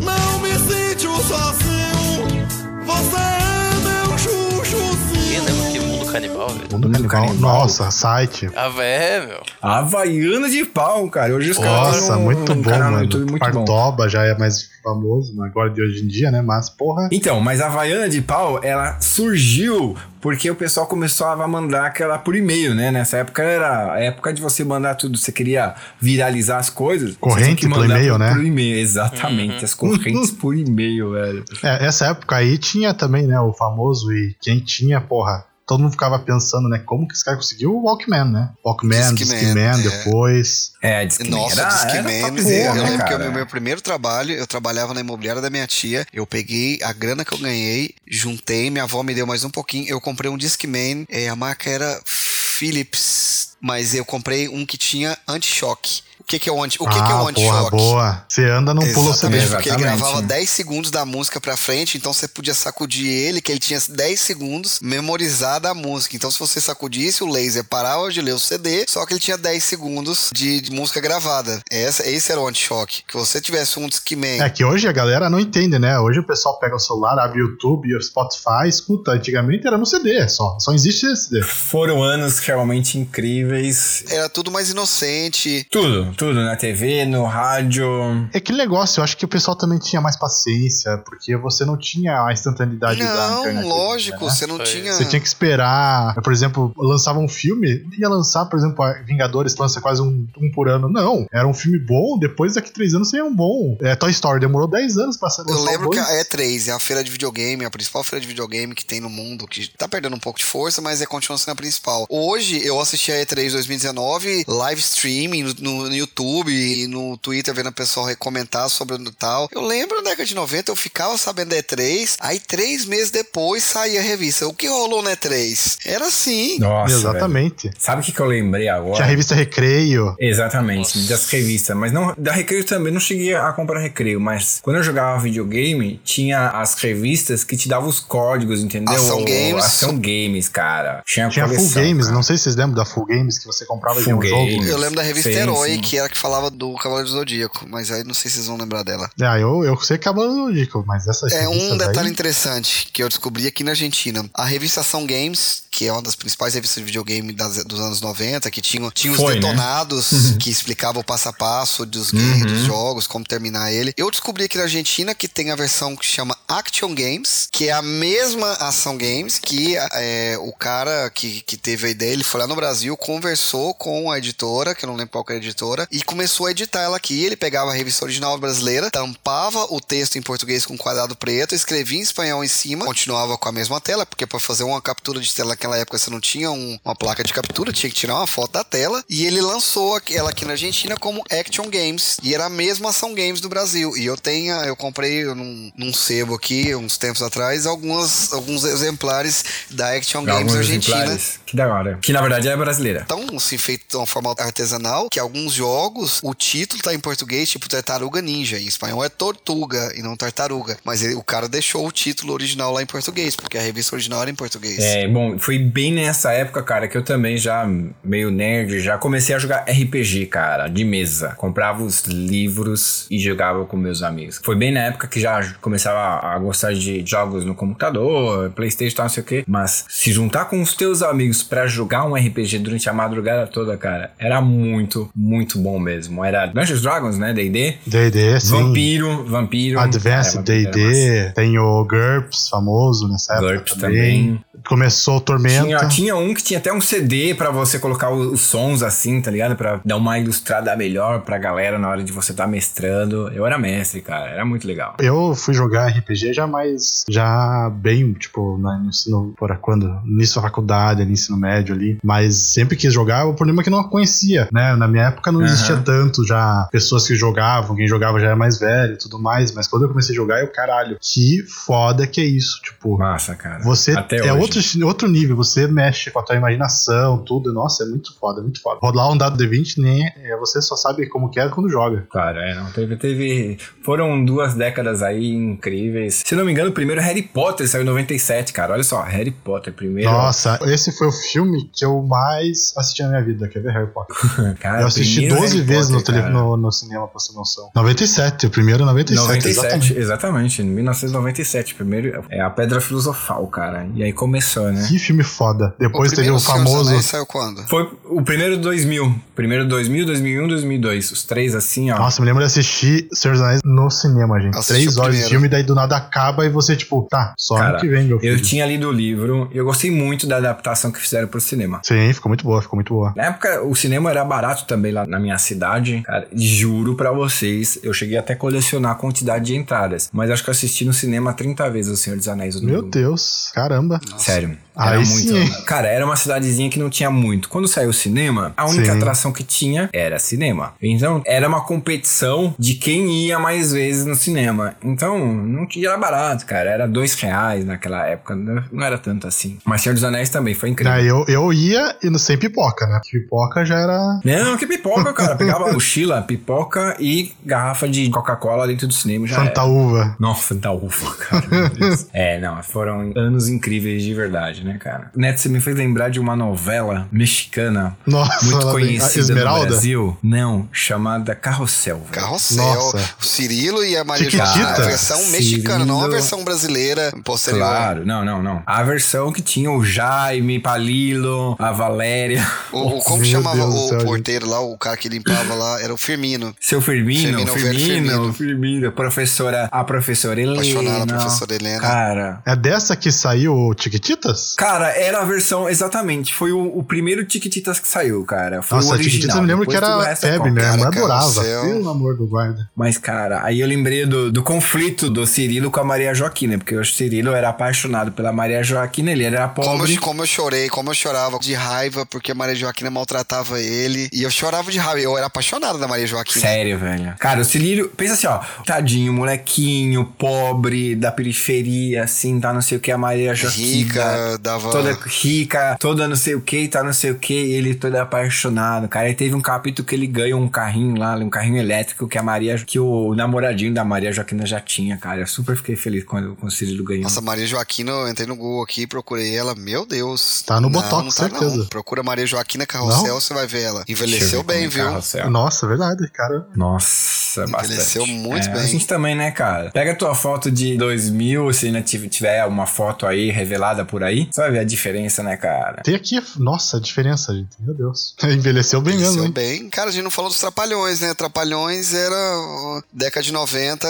Não me sinto sozinho, você é meu
Ninguém
chuchuzinho.
lembra né, que mundo canibal, velho.
Mundo Canibal.
Canibal.
Nossa, site.
Ah, velho, meu.
Havaiana de pau, cara. Hoje os caras
Nossa,
têm um-
muito
um
bom,
canal no
mano.
YouTube muito bom.
Partoba já é mais famoso né, agora de hoje em dia, né? Mas, porra.
Então, mas a Havaiana de pau, ela surgiu porque o pessoal começou a mandar aquela por e-mail, né? Nessa época era a época de você mandar tudo, você queria viralizar as coisas. você
Corrente
tinha que
pelo
mandar
e-mail,
por,
né?
Por e-mail, exatamente.
Uhum.
As correntes por e-mail, velho.
É, essa época aí tinha também, né? O famoso e quem tinha, porra. Todo mundo ficava pensando, né? Como que esse cara conseguiu o Walkman, né? Walkman,
Discman,
Discman,
é.
depois.
É, diz que
Nossa,
era,
diz que
era
man,
topzera,
Eu
né,
lembro que o
cara?
meu, meu primeiro trabalho, eu trabalhava na imobiliária da minha tia. Eu peguei a grana que eu ganhei, juntei, minha avó me deu mais um pouquinho. Eu comprei um Discman, é, a marca era Philips, mas eu comprei um que tinha anti-choque. O que, que é o anti- o que
ah,
que é o
porra,
anti-choque?
boa. Você anda, não pula, você
mesmo.
Exatamente,
mesmo.
porque ele
Exatamente,
gravava
né?
10 segundos da música pra frente, então você podia sacudir ele, que ele tinha 10 segundos memorizada a música. Então, se você sacudisse, o laser parava de ler o CD, só que ele tinha 10 segundos de, de música gravada. Essa, esse era o anti-choque. Que você tivesse um Discman.
É que hoje a galera não entende, né? Hoje o pessoal pega o celular, abre o YouTube, o Spotify, escuta. Antigamente era no CD só. Só existe esse CD.
Foram anos realmente incríveis.
Era tudo mais inocente.
Tudo, tudo. Na TV, no rádio.
É que negócio, eu acho que o pessoal também tinha mais paciência, porque você não tinha a instantaneidade da
Não,
internet.
lógico,
né?
você não
Foi.
tinha.
Você tinha que esperar, por exemplo, lançava um filme, ia lançar, por exemplo, a Vingadores lança quase um, um por ano. Não, era um filme bom, depois daqui três anos seria um bom. É, Toy Story demorou 10 anos pra um ser
Eu
tá
lançado.
lembro que a E3 é a feira de videogame, a principal feira de videogame que tem no mundo, que tá perdendo um pouco de força, mas é continua sendo a principal. Hoje eu assisti a E3 2019 live streaming no, no- no YouTube e no Twitter, vendo a pessoa comentar sobre o tal. Eu lembro na década de 90 eu ficava sabendo da E3, aí três meses depois saía a revista. O que rolou na E3? Era assim.
Nossa, velho.
Exatamente.
Sabe o que, que eu lembrei agora?
Tinha a revista Recreio.
Exatamente,
Nossa.
das revistas. Mas não. Da Recreio também, não cheguei a comprar Recreio, mas quando eu jogava videogame, tinha as revistas que te davam os códigos, entendeu?
Ação Games.
Ação Games, cara. Tinha,
Tinha a
coleção,
Full Games,
cara.
não sei se vocês lembram da Full Games que você comprava
Full
e tinha um jogo.
Games.
Eu lembro da revista
Sim,
Herói,
sim.
que era a que falava do Cavaleiro do Zodíaco, mas aí não sei se vocês vão lembrar dela.
Ah, eu, eu sei que acabou dico, mas essa
É um
revistas
detalhe
aí-
interessante que eu descobri aqui na Argentina. A revista Ação Games, que é uma das principais revistas de videogame das- dos anos 90, que tinha, tinha os
Foi, né?
detonados que explicavam o passo a passo dos, games, né, dos jogos, como terminar ele. Eu descobri aqui na Argentina que tem a versão que chama Action Games, que é a mesma Ação Games que é, o cara que, que teve a ideia, ele foi lá no Brasil, conversou com a editora, que eu não lembro qual que era a editora, e começou a editar ela aqui. Ele pegava a revista original brasileira, tampava o texto em português com um quadrado preto, escrevia em espanhol em cima, continuava com a mesma tela, porque para fazer uma captura de tela naquela época você não tinha um- uma placa de captura, tinha que tirar uma foto da tela, e ele lançou aqui- ela aqui na Argentina como Action Games, e era a mesma Ação Games do Brasil. E eu tenho, eu comprei num, num sebo aqui, uns tempos atrás, algumas, alguns exemplares da Action Games
Alguns
Argentina.
exemplares. Que da hora. Que na verdade é brasileira.
Então, se feito de uma forma artesanal, que alguns jogos o título tá em português, tipo Tartaruga Ninja, em espanhol é Tortuga e não Tartaruga. Mas ele- o cara deixou o título original lá em português, porque a revista original era em português.
É, bom, foi bem nessa época, cara, que eu também já, meio nerd, já comecei a jogar RPG, cara, de mesa. Comprava os livros e jogava com meus amigos. Foi bem na época que já começava a gostar de jogos no computador, Playstation e tal, não sei o quê. Mas se juntar com os teus amigos pra jogar um RPG durante a madrugada toda, cara, era muito, muito bom mesmo. Era Dungeons Dragons, né? D&D.
D&D, sim.
Vampiro, Vampiro.
Advanced
É,
D&D,
Vampiro era massa.
tem o GURPS famoso nessa época
GURPS
também. Começou o Tormenta.
Tinha, tinha um que tinha até um CD pra você colocar o- os sons assim, tá ligado? Pra dar uma ilustrada melhor pra galera na hora de você tá mestrando. Eu era mestre, cara. Era muito legal.
Eu fui jogar RPG já mais, já bem, tipo, na, no ensino, por quando, no início da faculdade, ali, no ensino médio ali, mas sempre quis jogar, o problema é que eu não conhecia, né, na minha época não existia tanto já pessoas que jogavam, quem jogava já era mais velho e tudo mais, mas quando eu comecei a jogar, eu, caralho, que foda que é isso, tipo...
Massa, cara.
Você
Até
é
hoje.
outro, outro nível, você mexe com a tua imaginação, tudo. Nossa, é muito foda, muito foda. Rolar um dado D20, nem é, você só sabe como que é quando joga.
Claro, é, não. Teve, teve. Foram duas décadas aí incríveis. Se não me engano, o primeiro é Harry Potter saiu em 97, cara. Olha só, Harry Potter, primeiro.
Nossa, esse foi o filme que eu mais assisti na minha vida, quer ver Harry Potter?
<laughs> cara,
eu assisti
primeiro
12
Harry
vezes no,
Potter,
tele-
cara.
no, no cinema, pra você ter noção. 97, o primeiro 97,
97,
exatamente.
exatamente. em 1997. Primeiro é a Pedra Filosofal, cara. E aí começou, né?
Que filme foda. Depois teve
primeiro
o
Senhor dos
famoso.
Anéis saiu quando?
Foi o primeiro 2000. Primeiro 2000, 2001, 2002. Os três assim, ó.
Nossa, me lembro de assistir Senhor dos Anéis no cinema, gente.
Assisti
Três
o
horas de
primeiro.
filme, daí do nada acaba e você, tipo, tá, só ano
cara,
que vem, meu filho.
eu tinha lido o livro. Eu gostei muito da adaptação que fizeram pro cinema.
Sim, ficou muito boa, ficou muito boa.
Na época, o cinema era barato também lá na minha cidade. Cara, juro pra vocês, eu cheguei até a colecionar a quantidade de entradas. Mas acho que eu assisti no cinema 30 vezes O Senhor dos Anéis. o
Meu
do-
Deus, caramba.
Sério.
Aí
Era muito.
sim, hein?
Cara, era uma cidadezinha que não tinha muito. Quando saiu o cinema, a única
Sim.
atração que tinha era cinema. Então, era uma competição de quem ia mais vezes no cinema. Então, não tinha era barato, cara. Era dois reais naquela época. Não não era tanto assim. Mas Senhor dos Anéis também foi incrível.
Daí eu, eu ia e não sem pipoca, né? Pipoca já era.
Não, que pipoca, cara. Pegava mochila, pipoca e garrafa de Coca-Cola dentro do cinema. Já era.
Fantaúva.
Nossa, da ufa, <laughs> cara. meu Deus. é, não, foram anos incríveis de verdade, né, cara? Neto, você me fez lembrar de uma novela mexicana
Nossa,
muito
ela-
conhecida no
Esmeralda?
Brasil. Não, chamada Carrossel. velho.
Carrossel,
Nossa.
o Cirilo e a Maria
Chiquitita.
João. A versão
Cirilo.
mexicana, não a versão brasileira posterior.
Claro, não, não, não. A versão que tinha o Jaime, Palilo, a Valéria, <laughs>
O, o- como
Meu
chamava
Deus do
o
céu, gente.
porteiro lá, o cara que limpava lá, era o Firmino.
seu Firmino,
Firmino,
Firmino,
velho Firmino.
Firmino, a professora, a professora Helena.
Apaixonada, professora Helena.
Cara,
É dessa que saiu o Tiquititas?
Cara, era a versão, exatamente. Foi o, o primeiro Tiquititas que saiu, cara. Foi o
Nossa,
original.
Tiquititas eu me lembro que
Depois tudo o
era
resto é
febre,
cópia.
minha irmã
Cara,
adorava.
carrossel.
Pelo amor do guarda.
Mas, cara, aí eu lembrei do, do conflito do Cirilo com a Maria Joaquina, porque o Cirilo era apaixonado pela Maria Joaquina, ele era
Como
pobre.
eu, como eu chorei, como eu chorava de raiva, porque a Maria Joaquina maltratava ele. E eu chorava de raiva. Eu era apaixonado da Maria Joaquina.
Sério, velho. Cara, o Cirilo, pensa assim, ó, tadinho, molequinho, pobre, da periferia, assim, tá não sei o que, a Maria Joaquina.
Rica, dava.
toda rica, toda não sei o que, tá não sei o que, e ele todo apaixonado, cara. E teve um capítulo que ele ganha um carrinho lá, um carrinho elétrico que a Maria, que o namoradinho da Maria Joaquina já tinha, cara. Eu super fiei feliz quando, quando o Cirilo ganhou.
Nossa, Maria Joaquina, eu entrei no Google aqui, procurei ela. Meu Deus.
Tá no
Não,
Botox,
não tá,
certeza.
não. Procura Maria Joaquina Carrossel, você vai ver ela.
Deixa eu
Envelheceu
ver
bem,
como é tá,
viu?
Carrossel.
Nossa, verdade, cara.
Nossa, bastante.
Envelheceu muito
É,
bem.
A gente também, né, cara? Pega a tua foto de 2000, se ainda tiv- tiver uma foto aí revelada por aí, você vai ver a diferença, né, cara?
Tem aqui, nossa, a diferença, gente. Meu Deus. <laughs> Envelheceu bem mesmo,
Envelheceu
hein?
bem. Cara, a gente não falou dos Trapalhões, né? Trapalhões era. ó, década de 90,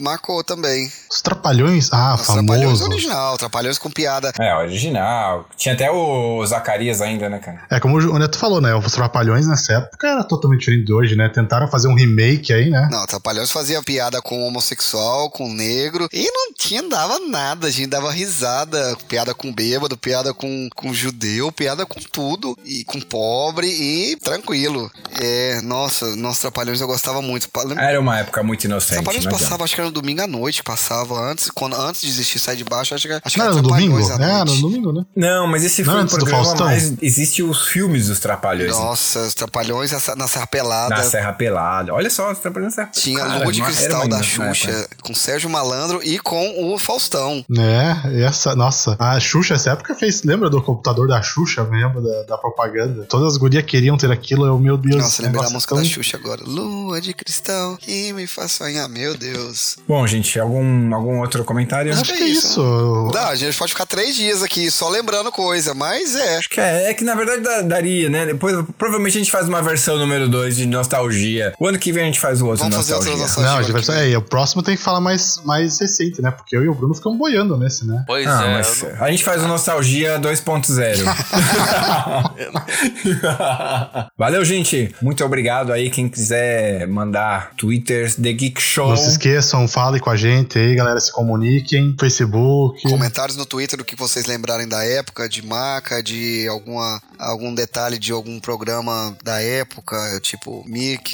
marcou também.
Os Trapalhões, ah,
Os Trapalhões é
famoso.
original, Trapalhões com piada.
É, original. Tinha até o Zacarias ainda, né, cara?
É como o Neto falou, né? Os Trapalhões nessa época era totalmente diferente de hoje, né? Tentaram fazer um remake aí, né?
Não, Trapalhões fazia piada com homossexual, com negro, e não tinha, dava nada, a gente dava risada, piada com bêbado, piada com, com judeu, piada com tudo, e com pobre, e tranquilo. É, nossa, nossa, Trapalhões eu gostava muito. Pa- lembra-
Era uma época muito inocente,
Trapalhões
não
é.
adianta.
passava, acho que era no domingo à noite, passava antes, quando, antes de existir Sai de Baixo, acho que, acho que
Não
era
era no domingo?
Trapalhões à
É, era
noite.
no domingo, né?
Não, mas esse
Não,
foi um
antes do
programa
Faustão.
mais... Existe os filmes dos Trapalhões.
Nossa, os Trapalhões na Sa- na Sarpelada.
Na Serra Pelada. Olha só, os Trapalhões na Serra
Tinha
Cara,
Lua de
não era
Cristal
uma
da
inocência,
Xuxa,
né,
com Sérgio Malandro e com o Faustão.
É, essa, nossa. Ah, A Xuxa, essa época, fez. Lembra do computador da Xuxa? Lembra da, da propaganda? Todas as gurias queriam ter aquilo. Eu, meu Deus.
Nossa, lembrei da
negócio é
música
tão-
da Xuxa agora. Lua de cristal que me faz sonhar, meu Deus.
Bom, gente, algum, algum outro comentário?
Acho
Acho que é
né?
isso.
Dá, a gente pode ficar três dias aqui só lembrando coisa, mas é.
Acho que é, é que na verdade dá- daria, né? Depois, provavelmente a gente faz uma versão número 2 de nostalgia. O ano que vem a gente faz o outro
Vamos fazer
nostalgia.
outras noções.
Não, a gente vai
né?
precisar- é, e o próximo tem que falar mais, mais recente, né? Porque eu e o Bruno ficamos boiando nesse, né?
Pois
Ah,
é.
mas
eu não-
a gente faz o Nostalgia
<laughs>
2.0. Valeu, gente. Muito obrigado aí. Quem quiser mandar Twitter, The Geek Show.
Não se esqueçam, falem com a gente aí, galera. Se comuniquem. Facebook.
Comentários no Twitter do que vocês lembrarem da época, de marca, de alguma, algum detalhe de algum programa da época, tipo Mic,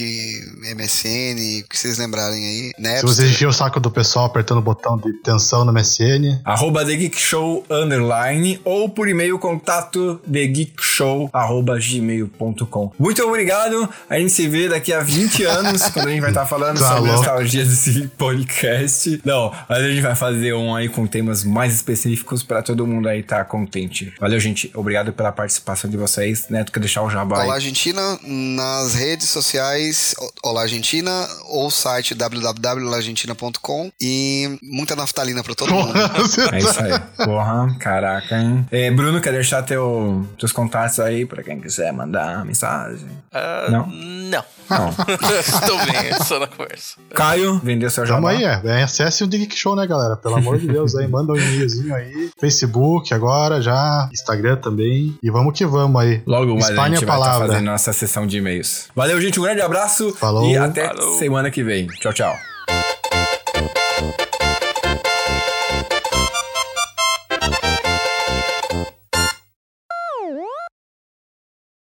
MSN, o que vocês lembrarem aí.
Se
Napster.
vocês encher o saco do pessoal apertando o botão de tensão no <laughs> MSN.
Arroba The Geek Show Underline ou por e-mail contato TheGeekShow arroba gmail.com. Muito obrigado. A gente se vê daqui a
<laughs>
20 anos, quando a gente vai estar falando
Tá
sobre
louco.
nostalgia desse podcast. Não, mas a gente vai fazer um aí com temas mais específicos pra todo mundo aí estar contente. Valeu, gente. Obrigado pela participação de vocês. Neto, quer deixar o jabá
Olá
aí?
Argentina nas redes sociais o- Olá Argentina ou site www.olargentina.com e muita naftalina pra todo mundo.
É isso aí.
<laughs>
Porra, caraca, hein? É, Bruno, quer deixar teu, teus contatos aí pra quem quiser mandar mensagem?
Ah,
Não?
Não. <laughs>
Não.
Estou bem, só na conversa.
Caio, vendeu seu
Tamo
jabá.
aí, é. é. Acesse o The Geek Show, né, galera? Pelo amor de Deus, aí. Manda um e-mailzinho aí. Facebook agora já. Instagram também. E vamos que vamos aí.
Logo mais a
Espalhem
gente
a
vai tá estar
palavra.
fazendo nossa sessão de e-mails. Valeu, gente. Um grande abraço
Falou.
e até
Falou.
semana que vem. Tchau, tchau.